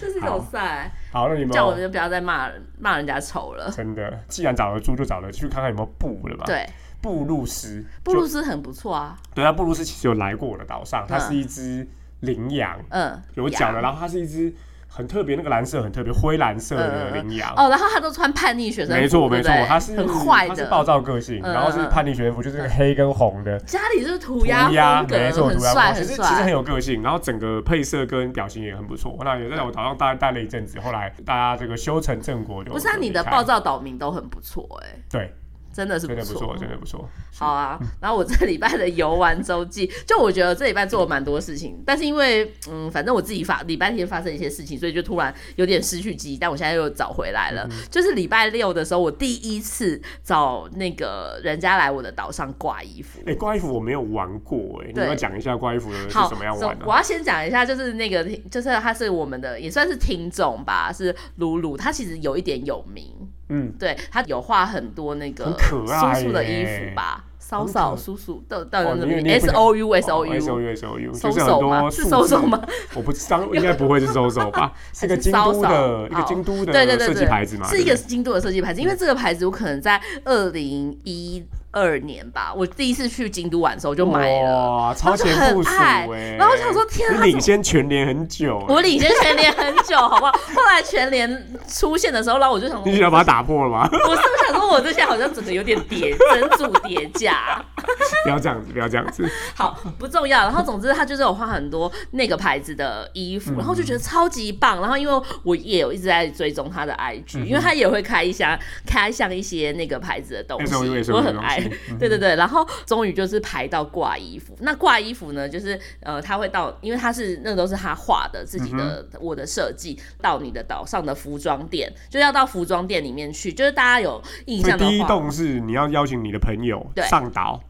[SPEAKER 2] 这是一种赛，
[SPEAKER 1] 好，那你们
[SPEAKER 2] 叫我们就不要再骂骂人家丑了。
[SPEAKER 1] 真的，既然找了猪，就找了去看看有没有布了吧？，
[SPEAKER 2] 对，
[SPEAKER 1] 布鲁斯，
[SPEAKER 2] 布鲁斯很不错啊，
[SPEAKER 1] 就对啊，布鲁斯其实有来过我的岛上，它
[SPEAKER 2] 嗯
[SPEAKER 1] 是一只羚羊，
[SPEAKER 2] 嗯，
[SPEAKER 1] 有脚的，
[SPEAKER 2] 羊
[SPEAKER 1] 然后它是一只很特别，那个蓝色很特别，灰蓝色的
[SPEAKER 2] 嗯嗯嗯
[SPEAKER 1] 羚羊。
[SPEAKER 2] 哦，然后他都穿叛逆学生服，
[SPEAKER 1] 没错，
[SPEAKER 2] 对
[SPEAKER 1] 没
[SPEAKER 2] 不
[SPEAKER 1] 错
[SPEAKER 2] 呃对，
[SPEAKER 1] 它是
[SPEAKER 2] 很坏
[SPEAKER 1] 它
[SPEAKER 2] 的
[SPEAKER 1] 是，暴躁个性，
[SPEAKER 2] 嗯
[SPEAKER 1] 然后是
[SPEAKER 2] 嗯
[SPEAKER 1] 叛逆学服，就是那个黑跟红的，
[SPEAKER 2] 家里就是涂
[SPEAKER 1] 涂
[SPEAKER 2] 鸦
[SPEAKER 1] 鸦，
[SPEAKER 2] 风格，
[SPEAKER 1] 没错，
[SPEAKER 2] 很
[SPEAKER 1] 涂鸦
[SPEAKER 2] 帅，
[SPEAKER 1] 风格
[SPEAKER 2] 很
[SPEAKER 1] 其实其实很
[SPEAKER 2] 帅。
[SPEAKER 1] 有个性，然后整个配色跟表情也很不错。那也在我岛上待待了一阵子，后来大家这个修成正果就
[SPEAKER 2] 不是啊，
[SPEAKER 1] 就
[SPEAKER 2] 你的
[SPEAKER 1] 离开
[SPEAKER 2] 暴躁岛民都很不错哎、
[SPEAKER 1] 对，
[SPEAKER 2] 真的是
[SPEAKER 1] 真的不错，
[SPEAKER 2] 错，
[SPEAKER 1] 真的不错。
[SPEAKER 2] 好啊，然后我这礼拜的游玩周记， 就我觉得这礼拜做了蛮多事情，但是因为嗯，反正我自己发礼拜天发生一些事情，所以就突然有点失去记忆，但我现在又找回来
[SPEAKER 1] 嗯
[SPEAKER 2] 了。就是礼拜六的时候，我第一次找那个人家来我的岛上挂衣服。
[SPEAKER 1] 哎，挂衣服我没有玩过，哎，你
[SPEAKER 2] 对
[SPEAKER 1] 要讲一下挂衣服的是
[SPEAKER 2] 好，
[SPEAKER 1] 怎么样玩啊的
[SPEAKER 2] 我？要先讲一下，就是那个，就是他是我们的也算是听众吧，是鲁鲁，他其实有一点有名，
[SPEAKER 1] 嗯，
[SPEAKER 2] 对他有画很多那个
[SPEAKER 1] 很可爱
[SPEAKER 2] 叔叔的衣
[SPEAKER 1] 耶
[SPEAKER 2] 服吧，骚
[SPEAKER 1] 很
[SPEAKER 2] 骚
[SPEAKER 1] 可
[SPEAKER 2] 叔叔的的
[SPEAKER 1] 哦
[SPEAKER 2] 那
[SPEAKER 1] 你
[SPEAKER 2] 个
[SPEAKER 1] 也你也不
[SPEAKER 2] S
[SPEAKER 1] 讲
[SPEAKER 2] O U S O
[SPEAKER 1] S O
[SPEAKER 2] U。
[SPEAKER 1] U S O U，
[SPEAKER 2] 搜
[SPEAKER 1] 就是很
[SPEAKER 2] 手吗？
[SPEAKER 1] 多
[SPEAKER 2] 是
[SPEAKER 1] 数
[SPEAKER 2] 搜手
[SPEAKER 1] 字
[SPEAKER 2] 吗？
[SPEAKER 1] 我不知道，应该不会是搜手 吧？是个
[SPEAKER 2] 还是
[SPEAKER 1] 京都
[SPEAKER 2] 骚
[SPEAKER 1] 的
[SPEAKER 2] 手
[SPEAKER 1] 一个京都的
[SPEAKER 2] 对对对
[SPEAKER 1] 设计
[SPEAKER 2] 对
[SPEAKER 1] 牌子嘛，
[SPEAKER 2] 是一个
[SPEAKER 1] 对不对嗯
[SPEAKER 2] 京都的设计牌子，因为这个牌子我可能在二零一二年吧，我第一次去京都玩的时候我就买了，
[SPEAKER 1] 哇，超前
[SPEAKER 2] 然后就
[SPEAKER 1] 部
[SPEAKER 2] 很
[SPEAKER 1] 署
[SPEAKER 2] 爱
[SPEAKER 1] 哎。
[SPEAKER 2] 然后我想说天啊，
[SPEAKER 1] 你领先全年很久，哎
[SPEAKER 2] 我领先全联很久，好不好？ 后来全联出现的时候，然后我就想说，
[SPEAKER 1] 你想把它打破了吗？
[SPEAKER 2] 我是不是想说，我这些好像整个有点叠，整组叠加。
[SPEAKER 1] 不要这样子，不要这样子。
[SPEAKER 2] 好，不重要。然后总之，他就是有画很多那个牌子的衣
[SPEAKER 1] 嗯
[SPEAKER 2] 服，然后就觉得超级棒。然后因为我也有一直在追踪他的
[SPEAKER 1] 嗯
[SPEAKER 2] IG，、因为他也会开一箱开箱一些那个牌子的东西，
[SPEAKER 1] SOU
[SPEAKER 2] 我很爱
[SPEAKER 1] 东。嗯
[SPEAKER 2] 对对对，然后终于就是排到挂衣服。那挂衣服呢，就是呃，他会到，因为他是那都是他画的自己
[SPEAKER 1] 嗯
[SPEAKER 2] 的、我的设计，到你的岛上的服装店，就要到服装店里面去。就是大家有印
[SPEAKER 1] 所以
[SPEAKER 2] 象的
[SPEAKER 1] 第一
[SPEAKER 2] 话，
[SPEAKER 1] 栋是你要邀请你的朋友
[SPEAKER 2] 对
[SPEAKER 1] 上岛，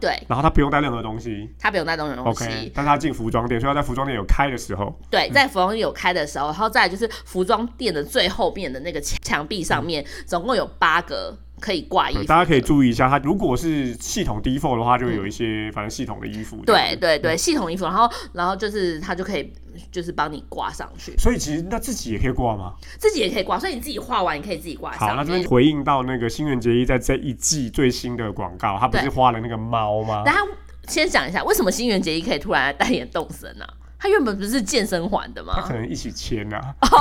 [SPEAKER 2] 对
[SPEAKER 1] 然后他不用带任何东西。
[SPEAKER 2] 他没有那种东西。
[SPEAKER 1] OK，但是他进服装店，所以他在服装店有开的时候，
[SPEAKER 2] 对，在服装店有开的时候，然后再来就是服装店的最后面的那个墙墙壁上面，总共有八个可以挂衣服
[SPEAKER 1] 对
[SPEAKER 2] 的。
[SPEAKER 1] 嗯大家可以注意一下。他如果是系统 default 的话，就会有一些反正系统的衣服。
[SPEAKER 2] 对。对
[SPEAKER 1] 嗯
[SPEAKER 2] 对，系统衣服，然后然后就是它就可以就是帮你挂上去，
[SPEAKER 1] 所以其实那自己也可以挂吗？
[SPEAKER 2] 自己也可以挂，所以你自己画完你可以自己挂
[SPEAKER 1] 好，那
[SPEAKER 2] 上
[SPEAKER 1] 这边
[SPEAKER 2] 面。
[SPEAKER 1] 回应到那个新垣结衣在这一季最新的广告，他不是
[SPEAKER 2] 对
[SPEAKER 1] 画了那个猫吗？
[SPEAKER 2] 但他先讲一下，为什么新垣结衣可以突然代言动森呢、啊？他原本不是健身环的
[SPEAKER 1] 他可
[SPEAKER 2] 吗？
[SPEAKER 1] 能一起签啊。
[SPEAKER 2] 哦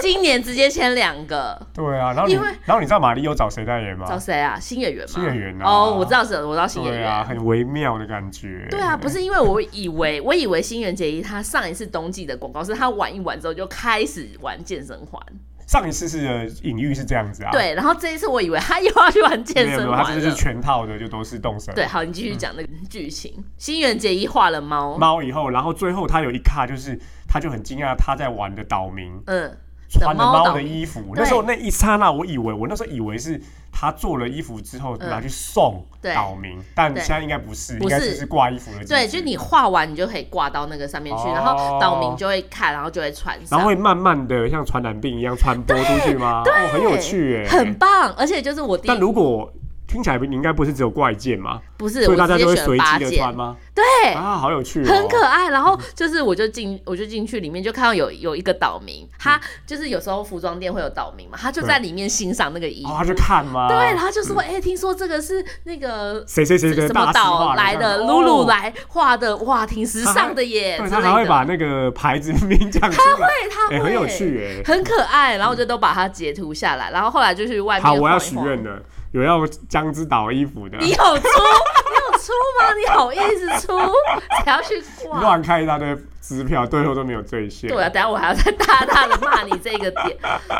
[SPEAKER 2] 今年直接签两个，
[SPEAKER 1] 对啊，然后你
[SPEAKER 2] 因为
[SPEAKER 1] 然后你知道马里有找谁代言吗？
[SPEAKER 2] 找谁啊？新演员吗？
[SPEAKER 1] 新演员啊
[SPEAKER 2] 哦，我知道是，我知道新演
[SPEAKER 1] 对
[SPEAKER 2] 员。
[SPEAKER 1] 啊，很微妙的感觉。
[SPEAKER 2] 对啊，不是因为我以为，我以为新垣结衣她上一次冬季的广告是她玩一玩之后就开始玩健身环，
[SPEAKER 1] 上一次是呃隐喻是这样子啊，，
[SPEAKER 2] 对，然后这一次我以为她又要去玩健
[SPEAKER 1] 没有没
[SPEAKER 2] 身
[SPEAKER 1] 有，它这
[SPEAKER 2] 环
[SPEAKER 1] 就是
[SPEAKER 2] 了。
[SPEAKER 1] 全套的，就都是动身。
[SPEAKER 2] 对，好，你继续讲那个剧情。新垣结衣画了猫，
[SPEAKER 1] 猫以后，然后最后他有一卡，就是他就很惊讶，他在玩的岛民
[SPEAKER 2] 嗯，
[SPEAKER 1] 穿了
[SPEAKER 2] 猫
[SPEAKER 1] 猫
[SPEAKER 2] 岛
[SPEAKER 1] 的
[SPEAKER 2] 民
[SPEAKER 1] 衣服。
[SPEAKER 2] 对
[SPEAKER 1] 那时候那一刹那，我以为我那时候以为是他做了衣服之后
[SPEAKER 2] 嗯
[SPEAKER 1] 拿去送
[SPEAKER 2] 对
[SPEAKER 1] 岛民，但
[SPEAKER 2] 对
[SPEAKER 1] 现在应该不是，
[SPEAKER 2] 不
[SPEAKER 1] 应该
[SPEAKER 2] 是
[SPEAKER 1] 只是挂衣服的。
[SPEAKER 2] 对，就。你画完你就可以挂到那个上面去，然后岛民就会看，然后就会传
[SPEAKER 1] 哦然后
[SPEAKER 2] 上。
[SPEAKER 1] 会慢慢的像传染病一样传播出去吗？哦，很有趣哎。
[SPEAKER 2] 很棒，而且就是我第
[SPEAKER 1] 但如果听起来你应该不是只有挂一件嘛，
[SPEAKER 2] 不是，
[SPEAKER 1] 所以
[SPEAKER 2] 我
[SPEAKER 1] 大家
[SPEAKER 2] 直
[SPEAKER 1] 就
[SPEAKER 2] 接
[SPEAKER 1] 会
[SPEAKER 2] 选了
[SPEAKER 1] 随
[SPEAKER 2] 八
[SPEAKER 1] 机的
[SPEAKER 2] 件
[SPEAKER 1] 穿，吗？
[SPEAKER 2] 对，
[SPEAKER 1] 啊，好有趣、哦，
[SPEAKER 2] 很可爱。然后就是我就进，我就进去里面就看到有有一个岛民，他
[SPEAKER 1] 嗯
[SPEAKER 2] 就是有时候服装店会有岛民嘛，他就在里面欣赏那个衣服。
[SPEAKER 1] 哦，他就看吗？
[SPEAKER 2] 对，然后就说：“哎、听说这个是那个
[SPEAKER 1] 谁谁谁的
[SPEAKER 2] 什
[SPEAKER 1] 嗯大
[SPEAKER 2] 么
[SPEAKER 1] 师
[SPEAKER 2] 岛
[SPEAKER 1] 画
[SPEAKER 2] 来的，
[SPEAKER 1] 这样
[SPEAKER 2] 露露。
[SPEAKER 1] 哦
[SPEAKER 2] 来画的，哇，挺时
[SPEAKER 1] 他还
[SPEAKER 2] 尚的耶。”
[SPEAKER 1] 对，他还会把那个牌子名讲出来，
[SPEAKER 2] 对，他
[SPEAKER 1] 哎、
[SPEAKER 2] 会、
[SPEAKER 1] 很有趣哎、
[SPEAKER 2] 很可爱，然后我就都把它截图下来，然后后来就去外面
[SPEAKER 1] 好，我要
[SPEAKER 2] 晃一
[SPEAKER 1] 许
[SPEAKER 2] 晃
[SPEAKER 1] 愿了，有要江之岛衣服的，
[SPEAKER 2] 你有出， 你有出吗？你好意思出？ 还要去挂？
[SPEAKER 1] 乱开一大堆支票，最后都没有兑现。
[SPEAKER 2] 对啊，等一下我还要再大大的骂你这个点，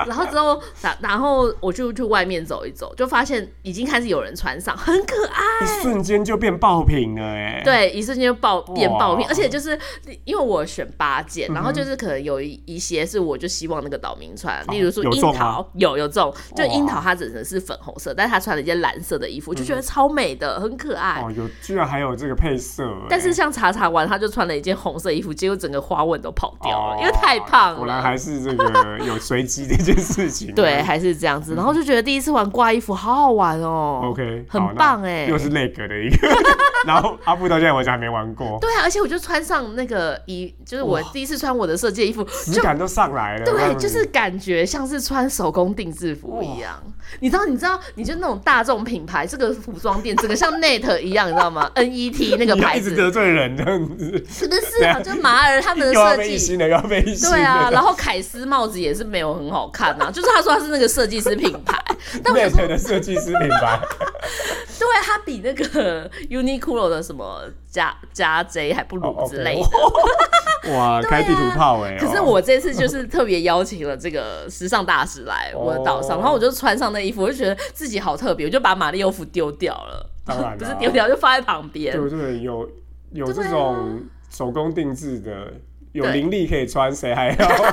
[SPEAKER 2] 然后之后，然然后我就去外面走一走，就发现已经开始有人穿上，很可爱。
[SPEAKER 1] 一瞬间就变爆品了哎、，
[SPEAKER 2] 对，一瞬间就爆变爆品，
[SPEAKER 1] 哇
[SPEAKER 2] 而且就是因为我选八件，然后
[SPEAKER 1] 嗯哼
[SPEAKER 2] 就是可能有一一些是我就希望那个岛民穿，
[SPEAKER 1] 哦
[SPEAKER 2] 例如说
[SPEAKER 1] 有
[SPEAKER 2] 樱
[SPEAKER 1] 中
[SPEAKER 2] 桃有有中，就
[SPEAKER 1] 哇
[SPEAKER 2] 樱桃它整个是粉红色，但是它穿了一件蓝色的衣服，就觉得超美的，很可爱。
[SPEAKER 1] 嗯哦，有居然还有这个配色、哎
[SPEAKER 2] 啊但是像查查完，他就穿了一件红色衣服，结果整个花纹都跑掉了，
[SPEAKER 1] 哦
[SPEAKER 2] 因为太胖
[SPEAKER 1] 果然
[SPEAKER 2] 了。
[SPEAKER 1] 还是这个有随机这件事情。哎
[SPEAKER 2] 对，。还是这样子，然后就觉得第一次玩挂衣服好好玩哦
[SPEAKER 1] 嗯 OK，
[SPEAKER 2] 很
[SPEAKER 1] 好那
[SPEAKER 2] 棒哎
[SPEAKER 1] 又是那个的一个， 然后阿布到现在为止还没玩过，
[SPEAKER 2] 对啊，而且我就穿上那个衣，就是我
[SPEAKER 1] 哇
[SPEAKER 2] 第一次穿我的设计的衣服，
[SPEAKER 1] 质
[SPEAKER 2] 就
[SPEAKER 1] 感都上来了。让
[SPEAKER 2] 对，
[SPEAKER 1] 你
[SPEAKER 2] 就是感觉像是穿手工定制服一样。你知道，你知道，你就那种大众品牌，这个服装店，整个像 Net 一样，你知道吗？NET 那个
[SPEAKER 1] 你要
[SPEAKER 2] 牌
[SPEAKER 1] 一直
[SPEAKER 2] 子，
[SPEAKER 1] 得罪人这样子，
[SPEAKER 2] 是不是啊？就马尔他们的
[SPEAKER 1] 又要
[SPEAKER 2] 设
[SPEAKER 1] 被一
[SPEAKER 2] 计。
[SPEAKER 1] 星的，又要被一星的。
[SPEAKER 2] 对啊，然后凯斯帽子也是没有很好看啊，就是他说他是那个设计师品牌， 但我想
[SPEAKER 1] Net
[SPEAKER 2] 说，
[SPEAKER 1] 的设计师品牌，
[SPEAKER 2] 对他比 那个 Uniqlo 的什么加加 J 还不如之类的。
[SPEAKER 1] 哦啊
[SPEAKER 2] 啊
[SPEAKER 1] 哇，开地图炮哎、
[SPEAKER 2] 可是
[SPEAKER 1] 哦
[SPEAKER 2] 我这次就是特别邀请了这个时尚大使来我的岛 上，
[SPEAKER 1] 哦
[SPEAKER 2] 然后我就穿上那衣服，我就觉得自己好特别，我就把马里奥服丢掉了，
[SPEAKER 1] 当然啦
[SPEAKER 2] 不是丢掉，就放在旁边
[SPEAKER 1] 哎对。不对？有有
[SPEAKER 2] 对啊
[SPEAKER 1] 这种手工定制的，有
[SPEAKER 2] 对
[SPEAKER 1] 灵力可以穿，谁还要？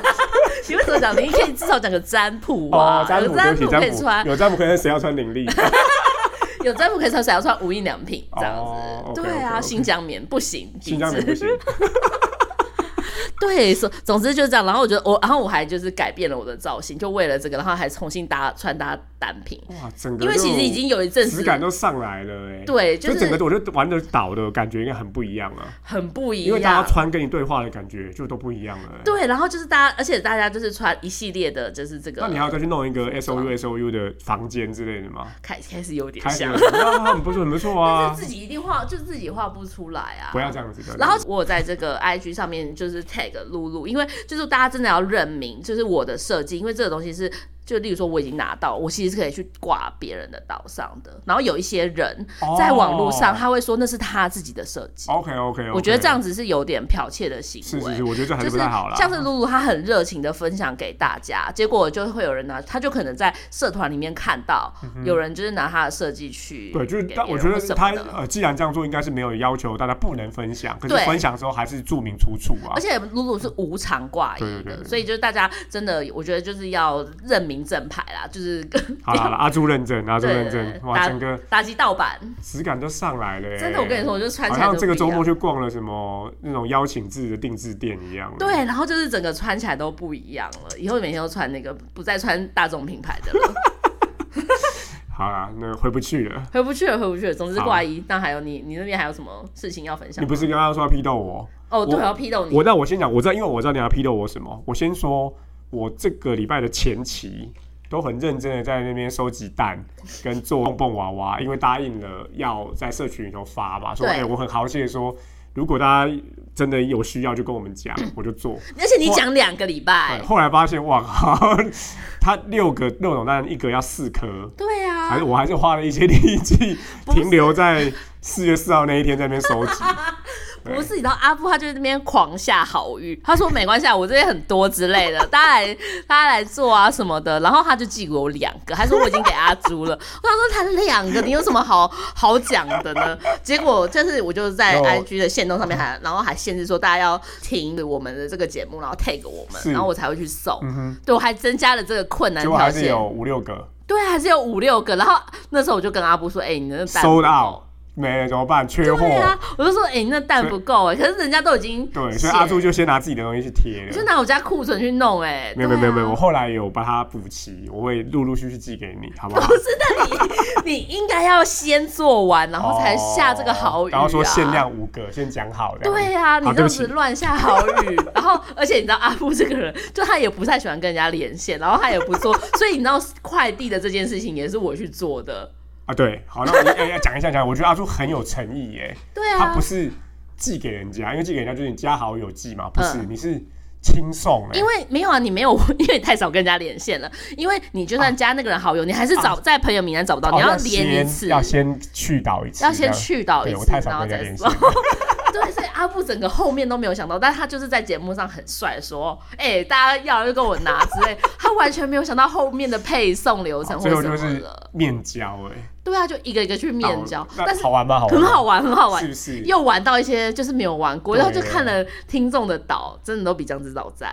[SPEAKER 2] 你为什么讲？你可以至少讲个占卜啊，
[SPEAKER 1] 哦，占
[SPEAKER 2] 有
[SPEAKER 1] 卜对
[SPEAKER 2] 占
[SPEAKER 1] 不起，
[SPEAKER 2] 卜可以穿
[SPEAKER 1] 占，卜有占卜可以穿，谁要穿灵力？
[SPEAKER 2] 有占卜可以穿，谁要穿无印良品 这样子？
[SPEAKER 1] 哦，OK，OK，OK
[SPEAKER 2] 对啊，新疆棉不行，
[SPEAKER 1] 新疆棉不行。
[SPEAKER 2] 对，所总之就是这样。然后我觉得我，然后我还就是改变了我的造型，就为了这个，然后还重新搭穿搭单品，
[SPEAKER 1] 哇，整个
[SPEAKER 2] 因为其实已经有一阵
[SPEAKER 1] 就
[SPEAKER 2] 子
[SPEAKER 1] 质感都上来了哎、
[SPEAKER 2] 对就
[SPEAKER 1] 就是整个我觉得玩的岛的感觉应该很不一样啊，
[SPEAKER 2] 很不一样，
[SPEAKER 1] 因为大家穿跟你对话的感觉就都不一样了、欸。
[SPEAKER 2] 对，然后就是大家，而且大家就是穿一系列的，就是这个。
[SPEAKER 1] 那你还要再去弄一个 S O U S O U 的房间之类的吗？
[SPEAKER 2] 开开始有点
[SPEAKER 1] 开始
[SPEAKER 2] 像
[SPEAKER 1] 了，，啊很不错，很不错
[SPEAKER 2] 但
[SPEAKER 1] 啊
[SPEAKER 2] 是！自己一定画，就自己画不出来啊。
[SPEAKER 1] 不要这样子的。
[SPEAKER 2] 然后我有在这个 IG 上面就是 tag 露露，因为就是大家真的要认明，就是我的设计，因为这个东西是。就例如说，我已经拿到，我其实是可以去挂别人的岛上的。然后有一些人
[SPEAKER 1] 哦
[SPEAKER 2] 在网络上，他会说那是他自己的设计。
[SPEAKER 1] OK OK，,
[SPEAKER 2] 我觉得这样子是有点剽窃的行
[SPEAKER 1] 是
[SPEAKER 2] 为
[SPEAKER 1] 是。是，我觉得这还
[SPEAKER 2] 就是
[SPEAKER 1] 不
[SPEAKER 2] 是
[SPEAKER 1] 太好啦。
[SPEAKER 2] 像是露露，她很热情的分享给大家，结果就会有人拿，她就可能在社团里面看到有人就是拿她的设计去
[SPEAKER 1] 对，就是
[SPEAKER 2] 给别
[SPEAKER 1] 但
[SPEAKER 2] 人
[SPEAKER 1] 我觉
[SPEAKER 2] 或什
[SPEAKER 1] 得
[SPEAKER 2] 么
[SPEAKER 1] 他
[SPEAKER 2] 的
[SPEAKER 1] 呃，既然这样做，应该是没有要求大家不能分享，可是
[SPEAKER 2] 对
[SPEAKER 1] 分享的时候还是注明出处啊
[SPEAKER 2] 而。且露露是无偿挂衣的，
[SPEAKER 1] 对对对对对
[SPEAKER 2] 所以就是大家真的，我觉得就是要认明正牌啦，就是
[SPEAKER 1] 好啦，好啦阿朱认证，阿朱
[SPEAKER 2] 对
[SPEAKER 1] 认
[SPEAKER 2] 对
[SPEAKER 1] 证，
[SPEAKER 2] 对
[SPEAKER 1] 哇，
[SPEAKER 2] 打
[SPEAKER 1] 整个
[SPEAKER 2] 打击盗版。
[SPEAKER 1] 质感都上来了、欸。
[SPEAKER 2] 真的，我跟你说，我就穿
[SPEAKER 1] 好
[SPEAKER 2] 起来
[SPEAKER 1] 像
[SPEAKER 2] 都
[SPEAKER 1] 这个
[SPEAKER 2] 不一
[SPEAKER 1] 周末
[SPEAKER 2] 样。
[SPEAKER 1] 去逛了什么那种邀请制的定制店一样。，
[SPEAKER 2] 对，然后就是整个穿起来都不一样了，以后每天都穿那个，不再穿大众品牌的 了，
[SPEAKER 1] 好啦，那回不去了。
[SPEAKER 2] 回不去了，回不去了。总之
[SPEAKER 1] 好
[SPEAKER 2] 挂衣，那还有你，你那边还有什么事情要分享
[SPEAKER 1] 你
[SPEAKER 2] 吗？
[SPEAKER 1] 不是刚刚说要批斗我？
[SPEAKER 2] 哦，对，
[SPEAKER 1] 我
[SPEAKER 2] 我要批斗你。
[SPEAKER 1] 我那我先讲，我知道，因为我知道你要批斗我什么。我先说，我这个礼拜的前期都很认真的在那边收集蛋 跟做蹦蹦娃娃，因为答应了要在社群里头发嘛，说
[SPEAKER 2] 对
[SPEAKER 1] 哎、我很豪气的说，如果大家真的有需要就跟我们 讲，我哎就做。
[SPEAKER 2] 而且你讲两个礼拜
[SPEAKER 1] 对，后来发现哇 靠，它六个六种蛋一个要四颗。
[SPEAKER 2] 对
[SPEAKER 1] 还
[SPEAKER 2] 啊
[SPEAKER 1] 是，我还是花了一些力气
[SPEAKER 2] 不是
[SPEAKER 1] 停留在四月四号那一天在那边收 集，对
[SPEAKER 2] 不是，你知道阿布他就在那边狂下好语，他说没关系，啊，我这边很多之类的，大家来大家来做啊什么的，然后他就寄给我两个，还说我已经给阿朱了，我想说他两个，你有什么好好讲的呢？结果就是我就在
[SPEAKER 1] 然后
[SPEAKER 2] IG 的线动上面还，然后还限制说大家要听我们的这个节目，然后 tag 我们，
[SPEAKER 1] 是
[SPEAKER 2] 然后我才会去送，
[SPEAKER 1] 嗯哼，
[SPEAKER 2] 对我还增加了这个困难
[SPEAKER 1] 结果还
[SPEAKER 2] 条
[SPEAKER 1] 是
[SPEAKER 2] 件啊
[SPEAKER 1] 有，五六个
[SPEAKER 2] 对，还是有五六个，然后那时候我就跟阿布说，哎、你那个蛋
[SPEAKER 1] 收
[SPEAKER 2] 不够
[SPEAKER 1] 到，没了怎么办？缺货。
[SPEAKER 2] 对啊，我就说，哎、那蛋不够哎、可是人家都已经
[SPEAKER 1] 对，所以阿
[SPEAKER 2] 朱
[SPEAKER 1] 朱就先拿自己的东西去贴
[SPEAKER 2] 就
[SPEAKER 1] 了。
[SPEAKER 2] 拿我家库存去弄哎、
[SPEAKER 1] 没有没有没
[SPEAKER 2] 对
[SPEAKER 1] 有
[SPEAKER 2] 啊
[SPEAKER 1] 没有，我后来有把它补齐，我会陆陆续续寄给你，好 不好
[SPEAKER 2] 不？是，那你 你应该要先做完，然后才下这个好雨、
[SPEAKER 1] 哦
[SPEAKER 2] 啊
[SPEAKER 1] 然后说限。量五个，先讲好的。
[SPEAKER 2] 对啊，你
[SPEAKER 1] 好
[SPEAKER 2] 这
[SPEAKER 1] 对
[SPEAKER 2] 样
[SPEAKER 1] 不起
[SPEAKER 2] 子乱下好雨， 然后而且你知道阿布这个人，就他也不太喜欢跟人家连线，然后他也不做， 所以你知道快递的这件事情也是我去做的。
[SPEAKER 1] 啊，对，好，那我要要讲一下讲一下，我觉得阿朱很有诚意耶，
[SPEAKER 2] 对
[SPEAKER 1] 他
[SPEAKER 2] 啊
[SPEAKER 1] 不，是寄给人家，因为寄给人家就是你加好友寄嘛，不是，
[SPEAKER 2] 嗯
[SPEAKER 1] 你是轻送哎
[SPEAKER 2] 因。为没有啊，你没有， 因为你太少跟人家连线了。因为你就算加那个人好友，你还是找、在朋友名单找不到，
[SPEAKER 1] 啊哦
[SPEAKER 2] 你
[SPEAKER 1] 要
[SPEAKER 2] 连一
[SPEAKER 1] 先
[SPEAKER 2] 次，
[SPEAKER 1] 要先去到一次，
[SPEAKER 2] 要
[SPEAKER 1] 这
[SPEAKER 2] 先
[SPEAKER 1] 样
[SPEAKER 2] 去到一
[SPEAKER 1] 对我
[SPEAKER 2] 次，
[SPEAKER 1] 太
[SPEAKER 2] 然
[SPEAKER 1] 少
[SPEAKER 2] 后
[SPEAKER 1] 跟人
[SPEAKER 2] 再
[SPEAKER 1] 家联系
[SPEAKER 2] 说。
[SPEAKER 1] 了。
[SPEAKER 2] 对，所以阿布整个后面都没有想到，但他就是在节目上很帅地说：“哎、大家要就跟我拿之类。” 他完全没有想到后面的配送流程或
[SPEAKER 1] 最后
[SPEAKER 2] 什
[SPEAKER 1] 就
[SPEAKER 2] 么
[SPEAKER 1] 是
[SPEAKER 2] 了。
[SPEAKER 1] 面交哎，
[SPEAKER 2] 对啊，就一个一个去面交
[SPEAKER 1] 哦，那
[SPEAKER 2] 但是
[SPEAKER 1] 好玩吗？好玩，
[SPEAKER 2] 很好，玩，很好玩
[SPEAKER 1] 是，不是？
[SPEAKER 2] 又玩到一些就是没有玩过，
[SPEAKER 1] 对
[SPEAKER 2] 然后就看了听众的岛，真的都比酱汁早餐。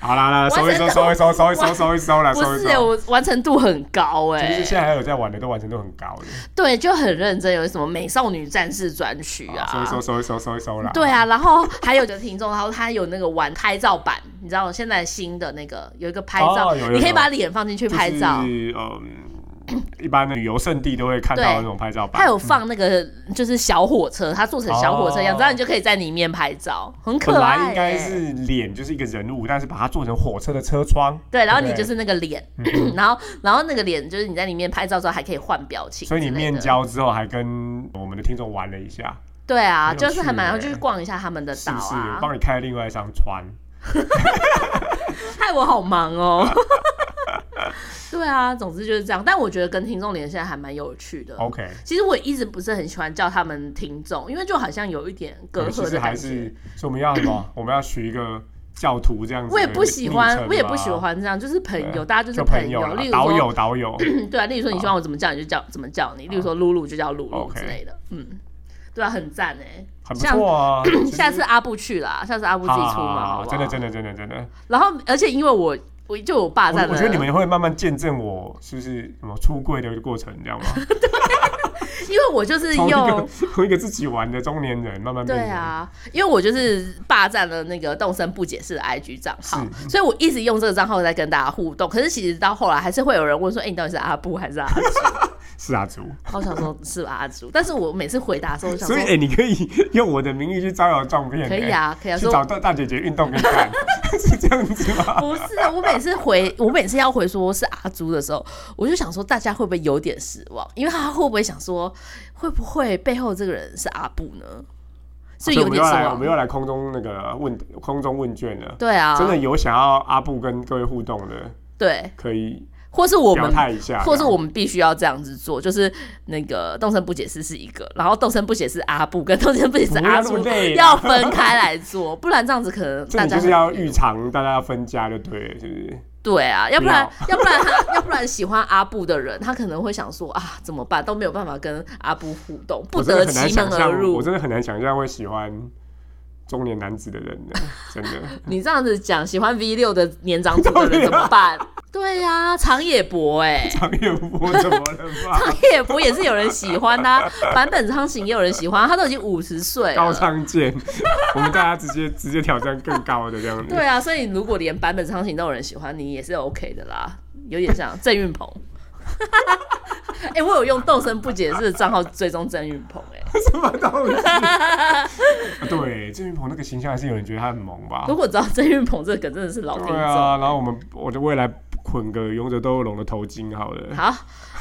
[SPEAKER 1] 好啦啦，
[SPEAKER 2] 完
[SPEAKER 1] 收一收，
[SPEAKER 2] 成
[SPEAKER 1] 收一收，收一收，
[SPEAKER 2] 完
[SPEAKER 1] 收一收啦，
[SPEAKER 2] 不
[SPEAKER 1] 收一
[SPEAKER 2] 是，欸
[SPEAKER 1] 收。
[SPEAKER 2] 我完成度很高哎、
[SPEAKER 1] 其实现在还有在玩的，都完成度很高的。
[SPEAKER 2] 对，就很认真，有什么美少女战士专区啊，
[SPEAKER 1] 好收一收，收一收，收一收啦。
[SPEAKER 2] 对啊，然后还有个听众，然后他有那个玩拍照版，你知道现在新的那个有一个拍照，
[SPEAKER 1] 哦有有
[SPEAKER 2] 你可以
[SPEAKER 1] 有
[SPEAKER 2] 把脸放进去
[SPEAKER 1] 就是，
[SPEAKER 2] 拍照。
[SPEAKER 1] 嗯，一般的旅游胜地都会看到
[SPEAKER 2] 对
[SPEAKER 1] 那种拍照版，
[SPEAKER 2] 他有放那个就是小火车，他做成小火车样子，
[SPEAKER 1] 哦
[SPEAKER 2] 然后你就可以在里面拍照，很可
[SPEAKER 1] 本
[SPEAKER 2] 爱、欸
[SPEAKER 1] 来应该是脸就是一个人物，但是把它做成火车的车窗。
[SPEAKER 2] 对，然后你
[SPEAKER 1] 对
[SPEAKER 2] 就是那个脸，然后然后那个脸就是你在里面拍照之后还可以换表情，
[SPEAKER 1] 所以你面。交之后还跟我们的听众玩了一下，
[SPEAKER 2] 对啊，
[SPEAKER 1] 很有
[SPEAKER 2] 就是还蛮，
[SPEAKER 1] 趣
[SPEAKER 2] 然后
[SPEAKER 1] 欸
[SPEAKER 2] 就去逛一下他们的
[SPEAKER 1] 是
[SPEAKER 2] 岛
[SPEAKER 1] 不是？
[SPEAKER 2] 啊
[SPEAKER 1] 我，帮你开另外一扇窗。
[SPEAKER 2] 害我好忙 哦。对啊，总之就是这样。但我觉得跟听众连线还蛮有趣的。
[SPEAKER 1] OK，
[SPEAKER 2] 其实我一直不是很喜欢叫他们听众，因为就好像有一点隔
[SPEAKER 1] 对嗯其
[SPEAKER 2] 阂
[SPEAKER 1] 实
[SPEAKER 2] 的
[SPEAKER 1] 还
[SPEAKER 2] 感觉。
[SPEAKER 1] 是，所以我们要什 么？我们要取一个教徒这样子。
[SPEAKER 2] 我也不喜欢，我也不喜。欢这样，就是朋友，
[SPEAKER 1] 对啊
[SPEAKER 2] 大家就
[SPEAKER 1] 就是朋友
[SPEAKER 2] 友。例
[SPEAKER 1] 啦，
[SPEAKER 2] 如
[SPEAKER 1] 导
[SPEAKER 2] 说，
[SPEAKER 1] 友导友，
[SPEAKER 2] 对啊，例如说你希望我怎么叫你就叫怎么叫你，例如说露露就叫露露
[SPEAKER 1] OK
[SPEAKER 2] 之类的，嗯，对啊，很赞哎。
[SPEAKER 1] 很不错啊。其实
[SPEAKER 2] 下次阿布去啦，下次阿布自己
[SPEAKER 1] 好
[SPEAKER 2] 出
[SPEAKER 1] 好
[SPEAKER 2] 门，
[SPEAKER 1] 好
[SPEAKER 2] 好
[SPEAKER 1] 好
[SPEAKER 2] 不好
[SPEAKER 1] 真的真的真的真的，
[SPEAKER 2] 然后，而且因为我我就我爸
[SPEAKER 1] 我
[SPEAKER 2] 在，
[SPEAKER 1] 我觉得你们会慢慢见证我是不是什么出柜的过程，你知 道吗？
[SPEAKER 2] 因为我就是
[SPEAKER 1] 从一
[SPEAKER 2] 用
[SPEAKER 1] 个 从一个自己玩的中年人慢慢变
[SPEAKER 2] 对
[SPEAKER 1] 成
[SPEAKER 2] 啊，
[SPEAKER 1] 嗯
[SPEAKER 2] 因为我就是霸占了那个动森不解释的 IG 账号，
[SPEAKER 1] 嗯
[SPEAKER 2] 所以我一直用这个账号在跟大家互动。可是其实到后来还是会有人问说：“哎、你到底是阿布还是阿 朱
[SPEAKER 1] 是啊，族。？”
[SPEAKER 2] 我想说是阿朱，但是我每次回答的时候，我想
[SPEAKER 1] 所以，哎、
[SPEAKER 2] 说
[SPEAKER 1] 你可以用我的名义去招摇撞骗、
[SPEAKER 2] 可
[SPEAKER 1] 哎，
[SPEAKER 2] 以啊，可以啊，
[SPEAKER 1] 去
[SPEAKER 2] 说
[SPEAKER 1] 找大大姐姐运动给你 看，是这样子吗？
[SPEAKER 2] 不是啊，我每次回，我每次要回说是阿朱的时候，我就想说大家会不会有点失望，因为他会不会想说会不会背后这个人是阿布呢？
[SPEAKER 1] 啊所
[SPEAKER 2] 所以
[SPEAKER 1] 以
[SPEAKER 2] 有
[SPEAKER 1] 我们
[SPEAKER 2] 点
[SPEAKER 1] 又
[SPEAKER 2] 失
[SPEAKER 1] 来，我们
[SPEAKER 2] 望。
[SPEAKER 1] 又来空中那个问空中问卷了。
[SPEAKER 2] 对啊，
[SPEAKER 1] 真的有想要阿布跟各位互动的，
[SPEAKER 2] 对，
[SPEAKER 1] 可以
[SPEAKER 2] 或是我
[SPEAKER 1] 表
[SPEAKER 2] 们
[SPEAKER 1] 态一下，
[SPEAKER 2] 或是
[SPEAKER 1] 这样
[SPEAKER 2] 我们必须要这样子做，就是那个动身不解释是一个，然后动身不解释阿布跟动身不解释阿
[SPEAKER 1] 不要那
[SPEAKER 2] 朱
[SPEAKER 1] 么累啊
[SPEAKER 2] 要分开来做，不然这样子可能
[SPEAKER 1] 这
[SPEAKER 2] 大
[SPEAKER 1] 里
[SPEAKER 2] 家
[SPEAKER 1] 就是要预藏，大家要分家就对了，是不是？
[SPEAKER 2] 对啊，要不
[SPEAKER 1] 不要
[SPEAKER 2] 然要不然他要不然喜欢阿布的人，他可能会想说啊怎么办都没有办法跟阿布互动，不
[SPEAKER 1] 我真的
[SPEAKER 2] 得
[SPEAKER 1] 很难
[SPEAKER 2] 其门
[SPEAKER 1] 想
[SPEAKER 2] 而
[SPEAKER 1] 象，我
[SPEAKER 2] 入。
[SPEAKER 1] 真的很难想象会喜欢中年男子的人呢， 真的。
[SPEAKER 2] 你这样子讲，喜欢 V 六的年长组的人怎么 办？对呀、长野博哎、
[SPEAKER 1] 唐彦波怎么了 吧？
[SPEAKER 2] 长野博也是有人喜欢的、啊，坂本昌行也有人喜欢，啊他都已经五十岁
[SPEAKER 1] 高
[SPEAKER 2] 了。
[SPEAKER 1] 仓健， 我们大家直接直接挑战更高的这样子。
[SPEAKER 2] 对啊，所以如果连版本昌行都有人喜欢，你也是 OK 的啦，有点像郑运鹏。 哎、我有用“动身不解释”的账号追踪郑运鹏，哎，
[SPEAKER 1] 什么东西？啊对，郑云鹏那个形象还是有人觉得他很萌吧
[SPEAKER 2] 如？果知道郑运鹏这个梗，真的是老听众。
[SPEAKER 1] 对啊，然后我们我的未来捆个勇者斗恶龙的头巾好了。
[SPEAKER 2] 好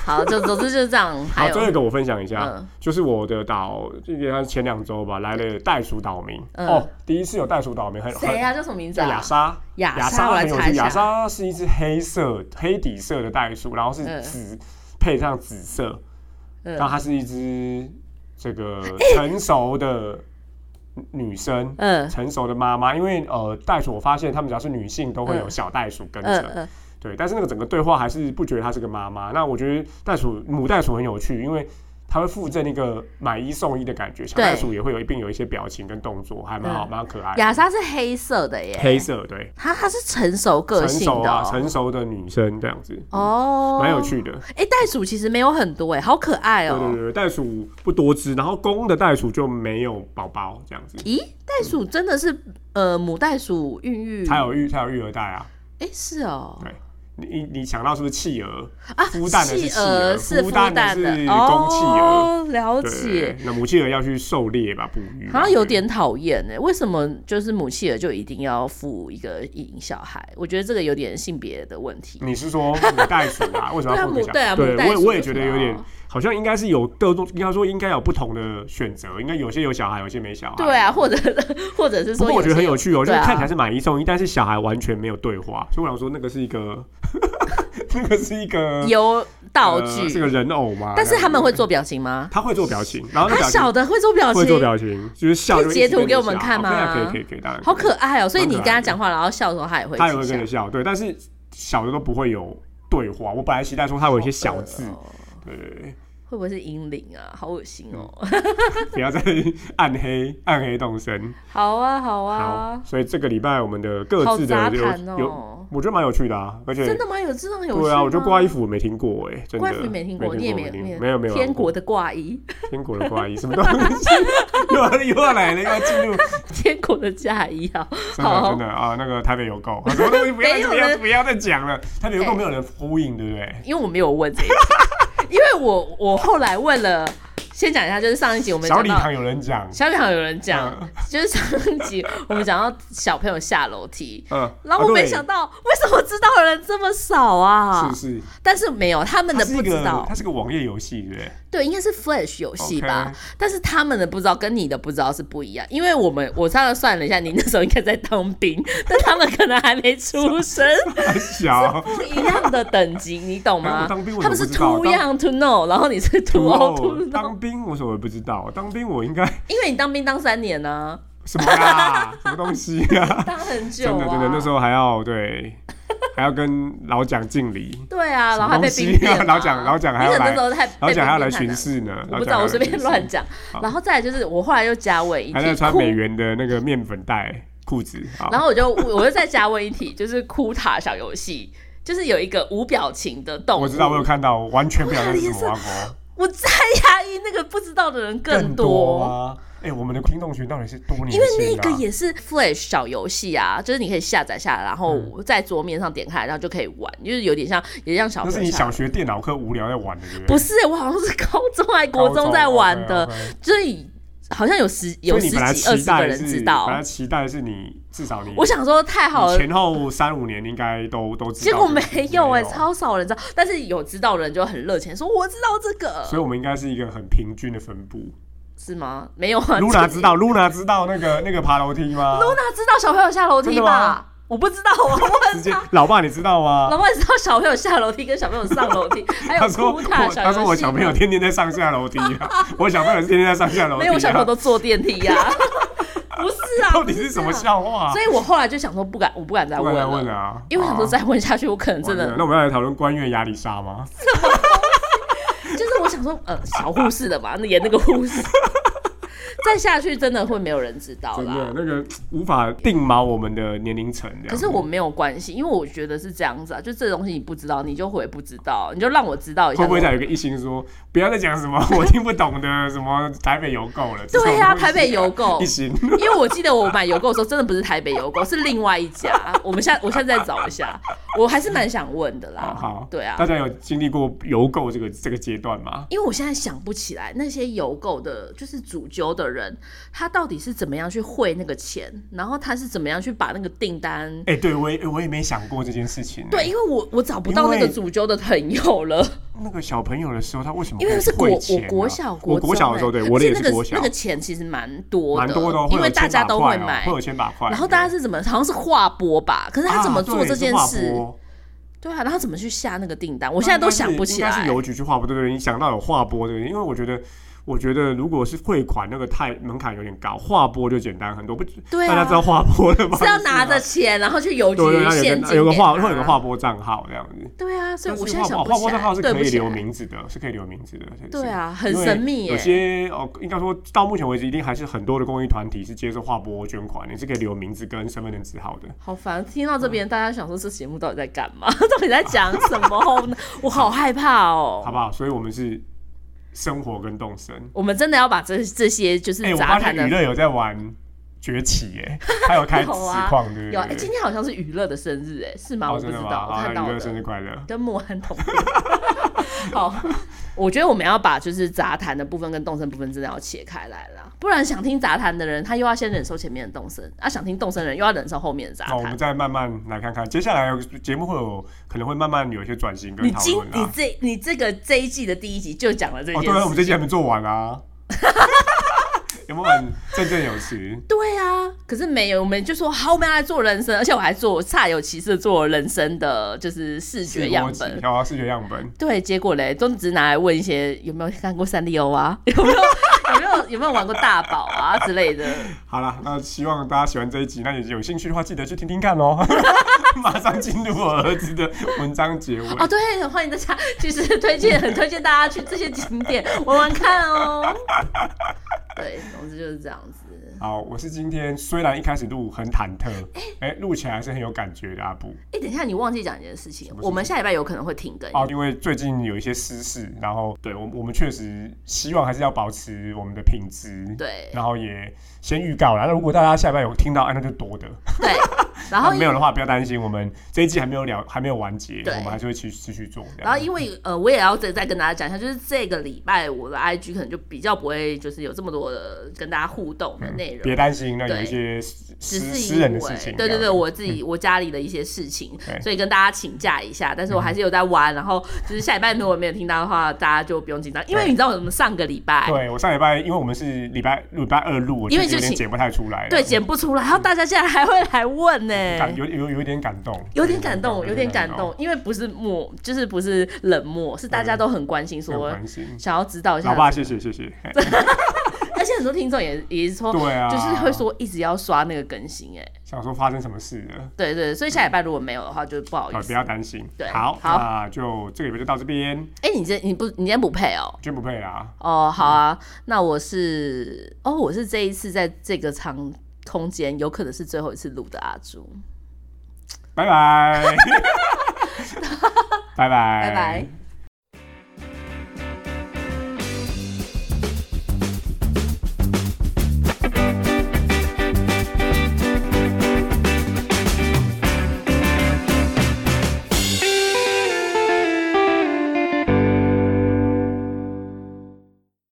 [SPEAKER 2] 好，就 总之就是这样。还
[SPEAKER 1] 好，最后一
[SPEAKER 2] 有，
[SPEAKER 1] 个我分享一下，
[SPEAKER 2] 嗯
[SPEAKER 1] 就是我的岛，这个它是前两周吧，来了袋鼠岛民、
[SPEAKER 2] 嗯
[SPEAKER 1] 哦，第一次有袋鼠岛民，很
[SPEAKER 2] 谁
[SPEAKER 1] 很
[SPEAKER 2] 呀、叫什么名字
[SPEAKER 1] 叫
[SPEAKER 2] 啊？
[SPEAKER 1] 雅莎，
[SPEAKER 2] 雅莎
[SPEAKER 1] 莎
[SPEAKER 2] 我来
[SPEAKER 1] 很有
[SPEAKER 2] 查
[SPEAKER 1] 趣，
[SPEAKER 2] 一下
[SPEAKER 1] 雅莎是一只黑色黑底色的袋鼠，然后是
[SPEAKER 2] 嗯
[SPEAKER 1] 紫、配上紫色，
[SPEAKER 2] 嗯
[SPEAKER 1] 然后它是一只这个成熟的女生，
[SPEAKER 2] 嗯
[SPEAKER 1] 成熟的妈妈，因为呃袋鼠我发现它们只要是女性都会有
[SPEAKER 2] 嗯
[SPEAKER 1] 小袋鼠跟着，
[SPEAKER 2] 嗯嗯，
[SPEAKER 1] 对，但是那个整个对话还是不觉得她是个妈妈。那我觉得袋鼠母袋鼠很有趣，因为它会附赠一个买一送一的感觉，小袋鼠也会有一并有一些表情跟动作，还蛮好，
[SPEAKER 2] 嗯
[SPEAKER 1] 蛮可爱的。
[SPEAKER 2] 雅莎是黑色的耶，
[SPEAKER 1] 黑色对，
[SPEAKER 2] 它它是成熟个
[SPEAKER 1] 成
[SPEAKER 2] 性
[SPEAKER 1] 熟
[SPEAKER 2] 的
[SPEAKER 1] 啊，
[SPEAKER 2] 哦、
[SPEAKER 1] 成熟的女生这样子，
[SPEAKER 2] 哦，
[SPEAKER 1] 蛮有。趣的。
[SPEAKER 2] 哎、袋鼠其实没有很多哎、好可爱
[SPEAKER 1] 对
[SPEAKER 2] 哦、
[SPEAKER 1] 对对，对袋鼠不多只，然后公的袋鼠就没有宝宝这样子，
[SPEAKER 2] 咦，袋鼠真的是呃母袋鼠孕育，
[SPEAKER 1] 才有育才有育儿袋啊。
[SPEAKER 2] 哎、是哦、
[SPEAKER 1] 对，你你你想到是不是企鹅？
[SPEAKER 2] 啊，
[SPEAKER 1] 孵蛋的是
[SPEAKER 2] 企
[SPEAKER 1] 企
[SPEAKER 2] 鹅
[SPEAKER 1] 鹅
[SPEAKER 2] 是
[SPEAKER 1] 孵
[SPEAKER 2] 蛋
[SPEAKER 1] 蛋
[SPEAKER 2] 的
[SPEAKER 1] 的是公企鹅
[SPEAKER 2] 哦，了解
[SPEAKER 1] 对。，那母企鹅要去狩猎吧，捕鱼嘛。
[SPEAKER 2] 好像有点讨厌哎，为什么就是母企鹅就一定要孵一个一小孩？我觉得这个有点性别的问题。
[SPEAKER 1] 你是说母袋鼠啊？ 为什么要分给小
[SPEAKER 2] 对啊母对啊母袋
[SPEAKER 1] 对，
[SPEAKER 2] 鼠
[SPEAKER 1] 我也我也
[SPEAKER 2] 为什
[SPEAKER 1] 觉
[SPEAKER 2] 么
[SPEAKER 1] 得有点
[SPEAKER 2] 要，
[SPEAKER 1] 好像应该是有各种，应该说应该有不同的选择，应该有些有小孩，有些没小孩。
[SPEAKER 2] 对啊，。或者 或者是
[SPEAKER 1] 不
[SPEAKER 2] 说，
[SPEAKER 1] 过我觉得很有趣哦，就是
[SPEAKER 2] 对啊
[SPEAKER 1] 看起来是买一送一，但是小孩完全没有对话，所以我想说那个是一个， 那个是一个
[SPEAKER 2] 有道
[SPEAKER 1] 啊呃是
[SPEAKER 2] 具，
[SPEAKER 1] 个人偶嘛。
[SPEAKER 2] 但是他们
[SPEAKER 1] 这样
[SPEAKER 2] 会
[SPEAKER 1] 子，
[SPEAKER 2] 做表情吗？
[SPEAKER 1] 他会做表情，然后那
[SPEAKER 2] 他
[SPEAKER 1] 表情
[SPEAKER 2] 小的会做表
[SPEAKER 1] 会做
[SPEAKER 2] 情，
[SPEAKER 1] 表情，就是笑
[SPEAKER 2] 可以
[SPEAKER 1] 就会
[SPEAKER 2] 截
[SPEAKER 1] 一直
[SPEAKER 2] 图
[SPEAKER 1] 跟
[SPEAKER 2] 给
[SPEAKER 1] 着
[SPEAKER 2] 我们
[SPEAKER 1] 笑
[SPEAKER 2] 看
[SPEAKER 1] 哦可以啊
[SPEAKER 2] 吗
[SPEAKER 1] 可以可以可以，当然
[SPEAKER 2] 好
[SPEAKER 1] 可以
[SPEAKER 2] 可爱哦。所以你跟他
[SPEAKER 1] 蛮可爱的
[SPEAKER 2] 讲话，然后笑的时候，他也会
[SPEAKER 1] 他也
[SPEAKER 2] 一
[SPEAKER 1] 会
[SPEAKER 2] 起
[SPEAKER 1] 跟着笑，对，但是小的都不会有对话。我本来期待说他有一些
[SPEAKER 2] 笑
[SPEAKER 1] 小字，
[SPEAKER 2] 好恶哦
[SPEAKER 1] 对对对，
[SPEAKER 2] 会不会是引领啊？好恶心哦！
[SPEAKER 1] 嗯 不要再暗黑暗黑动身。
[SPEAKER 2] 好啊，好
[SPEAKER 1] 好
[SPEAKER 2] 啊，，
[SPEAKER 1] 所以这个礼拜我们的各
[SPEAKER 2] 好
[SPEAKER 1] 自
[SPEAKER 2] 杂
[SPEAKER 1] 的有
[SPEAKER 2] 谈
[SPEAKER 1] 有，
[SPEAKER 2] 哦。
[SPEAKER 1] 我觉得蛮有趣的啊，而且
[SPEAKER 2] 真的吗？有这种有趣
[SPEAKER 1] 对啊，我觉得
[SPEAKER 2] 吗
[SPEAKER 1] 挂衣服我没听过哎，真的
[SPEAKER 2] 挂衣服你没听过，你也没
[SPEAKER 1] 听
[SPEAKER 2] 有
[SPEAKER 1] 没有没有
[SPEAKER 2] 天国的挂衣，
[SPEAKER 1] 天国的挂衣什么东西， 又要又要来了，又要进 入
[SPEAKER 2] 天国的嫁衣啊！
[SPEAKER 1] 真的
[SPEAKER 2] 好
[SPEAKER 1] 真的啊，那个台北邮购，啊什么东西不要
[SPEAKER 2] 没有
[SPEAKER 1] 不要
[SPEAKER 2] 人
[SPEAKER 1] 不要再讲了，台北邮购
[SPEAKER 2] 哎
[SPEAKER 1] 没有人呼应，对不对？
[SPEAKER 2] 因为我没有问这一题，因为我我后来问了，先讲一下，就是上一集我们
[SPEAKER 1] 小
[SPEAKER 2] 讲
[SPEAKER 1] 礼
[SPEAKER 2] 到。
[SPEAKER 1] 堂有人讲，
[SPEAKER 2] 小礼堂有人讲，
[SPEAKER 1] 嗯
[SPEAKER 2] 就是上一集我们讲到小朋友下楼梯，
[SPEAKER 1] 嗯，
[SPEAKER 2] 然后我
[SPEAKER 1] 啊
[SPEAKER 2] 没
[SPEAKER 1] 对
[SPEAKER 2] 想到为什么知道的人这么少啊
[SPEAKER 1] 是不？是？
[SPEAKER 2] 但是没有，他们
[SPEAKER 1] 它
[SPEAKER 2] 的
[SPEAKER 1] 是一
[SPEAKER 2] 不
[SPEAKER 1] 个，
[SPEAKER 2] 知道
[SPEAKER 1] 它，是个网页游戏，对不对？
[SPEAKER 2] 对，应该是 Flash 游戏吧
[SPEAKER 1] OK
[SPEAKER 2] 但是他们的不知道跟你的不知道是不一样，因为我们我上次算了一下，你那时候应该在当兵， 但他们可能还没出生，
[SPEAKER 1] 很 小，
[SPEAKER 2] 不一样的等级，你懂
[SPEAKER 1] 哎
[SPEAKER 2] 吗
[SPEAKER 1] 我当兵？我
[SPEAKER 2] 他
[SPEAKER 1] 怎么
[SPEAKER 2] 们是
[SPEAKER 1] 不知道
[SPEAKER 2] too young to know，然后你是 too
[SPEAKER 1] 哦
[SPEAKER 2] old to know，
[SPEAKER 1] 当兵我什么不知道？当兵我应该
[SPEAKER 2] 因为你当兵当三年呢、
[SPEAKER 1] 什么啦？什么东西啊？
[SPEAKER 2] 当很久、
[SPEAKER 1] 真
[SPEAKER 2] 啊，
[SPEAKER 1] 的真的，那时
[SPEAKER 2] 候
[SPEAKER 1] 候还要对，还要跟老蒋敬礼，
[SPEAKER 2] 对啊，然后还被
[SPEAKER 1] 什
[SPEAKER 2] 兵
[SPEAKER 1] 么东西啊
[SPEAKER 2] 变嘛，
[SPEAKER 1] 老蒋老蒋还要
[SPEAKER 2] 你可能
[SPEAKER 1] 来
[SPEAKER 2] 那时候还被
[SPEAKER 1] 老蒋还要来
[SPEAKER 2] 兵变
[SPEAKER 1] 巡
[SPEAKER 2] 呢
[SPEAKER 1] 视呢。
[SPEAKER 2] 我
[SPEAKER 1] 老
[SPEAKER 2] 不知
[SPEAKER 1] 蒋还
[SPEAKER 2] 道，
[SPEAKER 1] 要
[SPEAKER 2] 我
[SPEAKER 1] 来
[SPEAKER 2] 随便
[SPEAKER 1] 巡视
[SPEAKER 2] 乱，讲。然后再来就是，我后来又加问一
[SPEAKER 1] 还在
[SPEAKER 2] 题，
[SPEAKER 1] 穿
[SPEAKER 2] 哭
[SPEAKER 1] 美元的那个面粉袋裤子啊
[SPEAKER 2] 然。后我就我就再加问一题，就是哭塔小游戏， 就是有一个无表情的动物。
[SPEAKER 1] 我知道，我有看到，我完全不晓得是什么挖沟，
[SPEAKER 2] 我再压抑那个不知道的人更
[SPEAKER 1] 多吗？哎，我们的听众群到底是多年轻
[SPEAKER 2] 因
[SPEAKER 1] 啊？
[SPEAKER 2] 为那个也是 Flash 小游戏啊，就是你可以下载下来，然后
[SPEAKER 1] 嗯
[SPEAKER 2] 在桌面上点开，然后就可以玩，就是有点像，也像
[SPEAKER 1] 那
[SPEAKER 2] 小朋
[SPEAKER 1] 是
[SPEAKER 2] 友
[SPEAKER 1] 你
[SPEAKER 2] 下
[SPEAKER 1] 小
[SPEAKER 2] 来。
[SPEAKER 1] 学电脑课无聊在玩的，对不对
[SPEAKER 2] 不是、我好像是高中还国中在玩的，
[SPEAKER 1] 高中，OK，OK
[SPEAKER 2] 所以好像有十有
[SPEAKER 1] 哦所以你
[SPEAKER 2] 十几
[SPEAKER 1] 本来
[SPEAKER 2] 二
[SPEAKER 1] 期
[SPEAKER 2] 十个
[SPEAKER 1] 待
[SPEAKER 2] 人
[SPEAKER 1] 是，
[SPEAKER 2] 知
[SPEAKER 1] 本来
[SPEAKER 2] 道。
[SPEAKER 1] 期待是你至少你
[SPEAKER 2] 我想说太好
[SPEAKER 1] 你
[SPEAKER 2] 了，
[SPEAKER 1] 前后三五年应该都都知道，
[SPEAKER 2] 结果没有哎、
[SPEAKER 1] 没
[SPEAKER 2] 超少人知道，但是有知道的人就很热情，说我知道这个，
[SPEAKER 1] 所以我们应该是一个很平均的分布。
[SPEAKER 2] 是吗？没有啊，
[SPEAKER 1] 露娜
[SPEAKER 2] 这
[SPEAKER 1] 知道，露娜知道那个那个爬楼梯吗？
[SPEAKER 2] 露娜知道小朋友下楼梯
[SPEAKER 1] 真的吗
[SPEAKER 2] 吧？我不知道 啊，我
[SPEAKER 1] 直接，老爸你知道吗？
[SPEAKER 2] 老外知道小朋友下楼梯跟小朋友上楼 梯，还有
[SPEAKER 1] 他说
[SPEAKER 2] 哭
[SPEAKER 1] 我，
[SPEAKER 2] 塔
[SPEAKER 1] 他说我小朋友
[SPEAKER 2] 游戏
[SPEAKER 1] 天天在上下楼梯 啊，我小朋友天天在上下楼
[SPEAKER 2] 没
[SPEAKER 1] 梯
[SPEAKER 2] 有，我小朋友
[SPEAKER 1] 啊，
[SPEAKER 2] 都坐电梯 呀、不是啊，
[SPEAKER 1] 到底是什么
[SPEAKER 2] 不这样？
[SPEAKER 1] 笑话？啊
[SPEAKER 2] 所以我后来就想说，不敢，我不敢再
[SPEAKER 1] 不敢
[SPEAKER 2] 问
[SPEAKER 1] 再
[SPEAKER 2] 了，
[SPEAKER 1] 问了啊，
[SPEAKER 2] 因为我想说再问下去，我可能
[SPEAKER 1] 啊
[SPEAKER 2] 真的
[SPEAKER 1] 那我们要来讨论官员压力沙吗？
[SPEAKER 2] 就是我想说，呃，小护士的嘛，那演那个护士， 再下去真的会没有人知道
[SPEAKER 1] 真
[SPEAKER 2] 啦
[SPEAKER 1] 的。那个无法定锚我们的年龄层这样。
[SPEAKER 2] 可是我没有关系，因为我觉得是这样子啊，就这东西你不知道，你就回不知道，你就让我知道一下。
[SPEAKER 1] 会不会再有一个一心说不要再讲 什么我听不懂的什么台北邮购了？
[SPEAKER 2] 对呀、
[SPEAKER 1] 这种东西
[SPEAKER 2] 台北邮 购
[SPEAKER 1] 一，心
[SPEAKER 2] 因为我记得我买邮购的时候，真的不是台北邮购，是另外一家。我们下我现在再找一下，我还是蛮想问的啦。
[SPEAKER 1] 好好
[SPEAKER 2] 对啊
[SPEAKER 1] 大，家有经历过邮购这个这个阶段吗？
[SPEAKER 2] 因为我现在想不起来那些邮购的，就是主揪的人，他到底是怎么样去汇那个钱，然后他是怎么样去把那个订单。
[SPEAKER 1] 哎、对我也我也没想过这件事情、
[SPEAKER 2] 对，，因为我我找不到那
[SPEAKER 1] 因
[SPEAKER 2] 个
[SPEAKER 1] 为
[SPEAKER 2] 主揪的朋友了，
[SPEAKER 1] 那个小朋友的时候，他为什么
[SPEAKER 2] 因为是国
[SPEAKER 1] 会汇
[SPEAKER 2] 我
[SPEAKER 1] 钱啊
[SPEAKER 2] 国小国
[SPEAKER 1] 我国小的时候，
[SPEAKER 2] 中欸
[SPEAKER 1] 对我的也
[SPEAKER 2] 而且那
[SPEAKER 1] 是
[SPEAKER 2] 个
[SPEAKER 1] 国小，
[SPEAKER 2] 那个钱其实蛮多
[SPEAKER 1] 蛮
[SPEAKER 2] 的，
[SPEAKER 1] 多的哦，
[SPEAKER 2] 因为
[SPEAKER 1] 有
[SPEAKER 2] 大家
[SPEAKER 1] 千把
[SPEAKER 2] 都
[SPEAKER 1] 块
[SPEAKER 2] 会
[SPEAKER 1] 哦
[SPEAKER 2] 买
[SPEAKER 1] 会，有千把块，
[SPEAKER 2] 然后大家是怎么好像是划拨吧，可是
[SPEAKER 1] 对
[SPEAKER 2] 他怎么
[SPEAKER 1] 啊
[SPEAKER 2] 做
[SPEAKER 1] 对
[SPEAKER 2] 这件
[SPEAKER 1] 是划
[SPEAKER 2] 事？
[SPEAKER 1] 拨
[SPEAKER 2] 对啊，然后怎么去下那个订单？我现在都想不起
[SPEAKER 1] 应该是
[SPEAKER 2] 来。
[SPEAKER 1] 邮局去划拨，对不对？你想到有划拨，对不对？因为我觉得我觉得如果是汇款那个太门槛有点高，划拨就简单很多。不，
[SPEAKER 2] 对
[SPEAKER 1] 大家
[SPEAKER 2] 啊
[SPEAKER 1] 知道划拨的吗？啊
[SPEAKER 2] 是要拿着钱，然后去邮局
[SPEAKER 1] 对对，
[SPEAKER 2] 现
[SPEAKER 1] 那
[SPEAKER 2] 金
[SPEAKER 1] 有个有个
[SPEAKER 2] 给
[SPEAKER 1] 划
[SPEAKER 2] 他
[SPEAKER 1] 会有个划。拨账号这样子。
[SPEAKER 2] 对啊，所以
[SPEAKER 1] 但
[SPEAKER 2] 啊我
[SPEAKER 1] 是
[SPEAKER 2] 现在
[SPEAKER 1] 划
[SPEAKER 2] 想
[SPEAKER 1] 拨划
[SPEAKER 2] 起
[SPEAKER 1] 拨账号
[SPEAKER 2] 来，
[SPEAKER 1] 是
[SPEAKER 2] 对
[SPEAKER 1] 可
[SPEAKER 2] 不
[SPEAKER 1] 以
[SPEAKER 2] 起
[SPEAKER 1] 留
[SPEAKER 2] 来。
[SPEAKER 1] 名字的，是可以留名字的。是
[SPEAKER 2] 对啊，很
[SPEAKER 1] 因为
[SPEAKER 2] 神秘
[SPEAKER 1] 有
[SPEAKER 2] 耶。
[SPEAKER 1] 些哦，应该说到目前为止，一定还是很多的公益团体是接受划拨捐款，你是可以留名字跟身份证字号的。
[SPEAKER 2] 好烦！
[SPEAKER 1] 嗯
[SPEAKER 2] 听到这边，大家想说这节目到底在干嘛？ 到底在讲什 么？好我好害怕
[SPEAKER 1] 好
[SPEAKER 2] 哦。
[SPEAKER 1] 不好？所以我们是生活跟动身。
[SPEAKER 2] 我们真的要把这这些就是
[SPEAKER 1] 哎、我
[SPEAKER 2] 杂
[SPEAKER 1] 发
[SPEAKER 2] 谈
[SPEAKER 1] 现
[SPEAKER 2] 的
[SPEAKER 1] 娱乐有在玩崛起 耶、还有开实
[SPEAKER 2] 有啊
[SPEAKER 1] 况对不对？
[SPEAKER 2] 有啊，哎、今天好像是娱乐的生日，哎，是吗？
[SPEAKER 1] 哦
[SPEAKER 2] 我不
[SPEAKER 1] 真
[SPEAKER 2] 知
[SPEAKER 1] 的吗
[SPEAKER 2] 道，我
[SPEAKER 1] 好
[SPEAKER 2] 看
[SPEAKER 1] 那
[SPEAKER 2] 到
[SPEAKER 1] 娱
[SPEAKER 2] 的
[SPEAKER 1] 乐。生日快乐！
[SPEAKER 2] 跟莫安同病。 好，我觉得我们要把就是杂谈的部分跟动身部分真的要切开来啦，不然想听杂谈的人，他又要先忍受前面的动身，啊，想听动身的人又要忍受后面的杂
[SPEAKER 1] 好，我
[SPEAKER 2] 谈
[SPEAKER 1] 们。再慢慢来看看，接下来节目会有可能会慢慢有一些转型跟
[SPEAKER 2] 你
[SPEAKER 1] 讨
[SPEAKER 2] 今
[SPEAKER 1] 论
[SPEAKER 2] 你
[SPEAKER 1] 啦。
[SPEAKER 2] 这你这个这一季的第一集就讲了这
[SPEAKER 1] 哦，
[SPEAKER 2] 件
[SPEAKER 1] 对
[SPEAKER 2] 事，
[SPEAKER 1] 啊，我们这期还没做完啊， 有没有很振振有词？
[SPEAKER 2] 对啊，可是没有，我们就说好，我们要来做人生，而且我还做煞有其事地做人生的就是视觉样
[SPEAKER 1] 四
[SPEAKER 2] 本
[SPEAKER 1] 国，集好啊，视觉样本。
[SPEAKER 2] 对，结果嘞，都只是拿来问一些有没有看过三丽鸥啊，有没有有没有有没有玩过大宝啊之类的。
[SPEAKER 1] 好啦，那希望大家喜欢这一集，那也有兴趣的话，记得去听听看哦。 马上进入我儿子的文章结尾。
[SPEAKER 2] 哦，对，欢迎大家，其实推荐很推荐大家去这些景点玩玩看哦。对，总之就是这样子。
[SPEAKER 1] 好，我是今天虽然一开始录很忐忑，哎、录起来还是很有感觉的阿布
[SPEAKER 2] 哎，等一下，你忘记讲一件事情
[SPEAKER 1] 么，事情
[SPEAKER 2] 我们下礼拜有可能会停更。
[SPEAKER 1] 哦，因为最近有一些私事，然后对我我们确实希望还是要保持我们的品质，
[SPEAKER 2] 对
[SPEAKER 1] 然后也先预告啦。那如果大家下班有听到，哎、那就多的；
[SPEAKER 2] 对，然后
[SPEAKER 1] 那没有的话，不要担心，我们这一季还没有了，还没有完结，
[SPEAKER 2] 对
[SPEAKER 1] 我们还是会继续继续做。这
[SPEAKER 2] 然后
[SPEAKER 1] 样
[SPEAKER 2] 因为呃，我也要再再跟大家讲一下，就是这个礼拜我的 IG 可能就比较不会，就是有这么多的跟大家互动的内容
[SPEAKER 1] 嗯别。担心，那有
[SPEAKER 2] 对
[SPEAKER 1] 一些私
[SPEAKER 2] 只
[SPEAKER 1] 私
[SPEAKER 2] 是
[SPEAKER 1] 私
[SPEAKER 2] 因
[SPEAKER 1] 人
[SPEAKER 2] 为
[SPEAKER 1] 的事情，
[SPEAKER 2] 对对
[SPEAKER 1] 这
[SPEAKER 2] 对，
[SPEAKER 1] 样嗯
[SPEAKER 2] 我自己我家里的一些事情，
[SPEAKER 1] 对嗯
[SPEAKER 2] 所以跟大家请假一下，但是我还是有在玩。然后就是下礼拜如果没有听到的话，大家就不用紧张，因为
[SPEAKER 1] 对
[SPEAKER 2] 你知道我们上个礼拜
[SPEAKER 1] 对我上礼拜，因为我们是礼拜礼拜二录，我
[SPEAKER 2] 因为
[SPEAKER 1] 觉得有
[SPEAKER 2] 就
[SPEAKER 1] 点
[SPEAKER 2] 请
[SPEAKER 1] 剪不太出来了，
[SPEAKER 2] 对剪不出来，然后大家现在还会来问呢、
[SPEAKER 1] 感有有有一点感动，
[SPEAKER 2] 哎有点感动，有点感动，，因为不是默，就是不是冷漠，是大家都很关心，
[SPEAKER 1] 嗯很
[SPEAKER 2] 说
[SPEAKER 1] 关心。
[SPEAKER 2] 想要知道一下
[SPEAKER 1] 老爸，谢谢谢 谢。
[SPEAKER 2] 而且很多听众也也是说，
[SPEAKER 1] 对啊，
[SPEAKER 2] 就是会说一直要刷那个更新，哎，
[SPEAKER 1] 想说发生什么事了，
[SPEAKER 2] 对对，所以下礼拜如果没有的话，就不好
[SPEAKER 1] 啊
[SPEAKER 2] 意，
[SPEAKER 1] 不
[SPEAKER 2] 思。
[SPEAKER 1] 要担心。
[SPEAKER 2] 对
[SPEAKER 1] 好，
[SPEAKER 2] 好
[SPEAKER 1] 那就这个礼拜就到这边，
[SPEAKER 2] 哎，你这你不你今天不配哦。
[SPEAKER 1] 就不配啦。
[SPEAKER 2] 哦，好啊，那我是哦，我是这一次在这个长空间，有可能是最后一次录的阿朱，
[SPEAKER 1] 拜拜，拜拜，
[SPEAKER 2] 拜拜。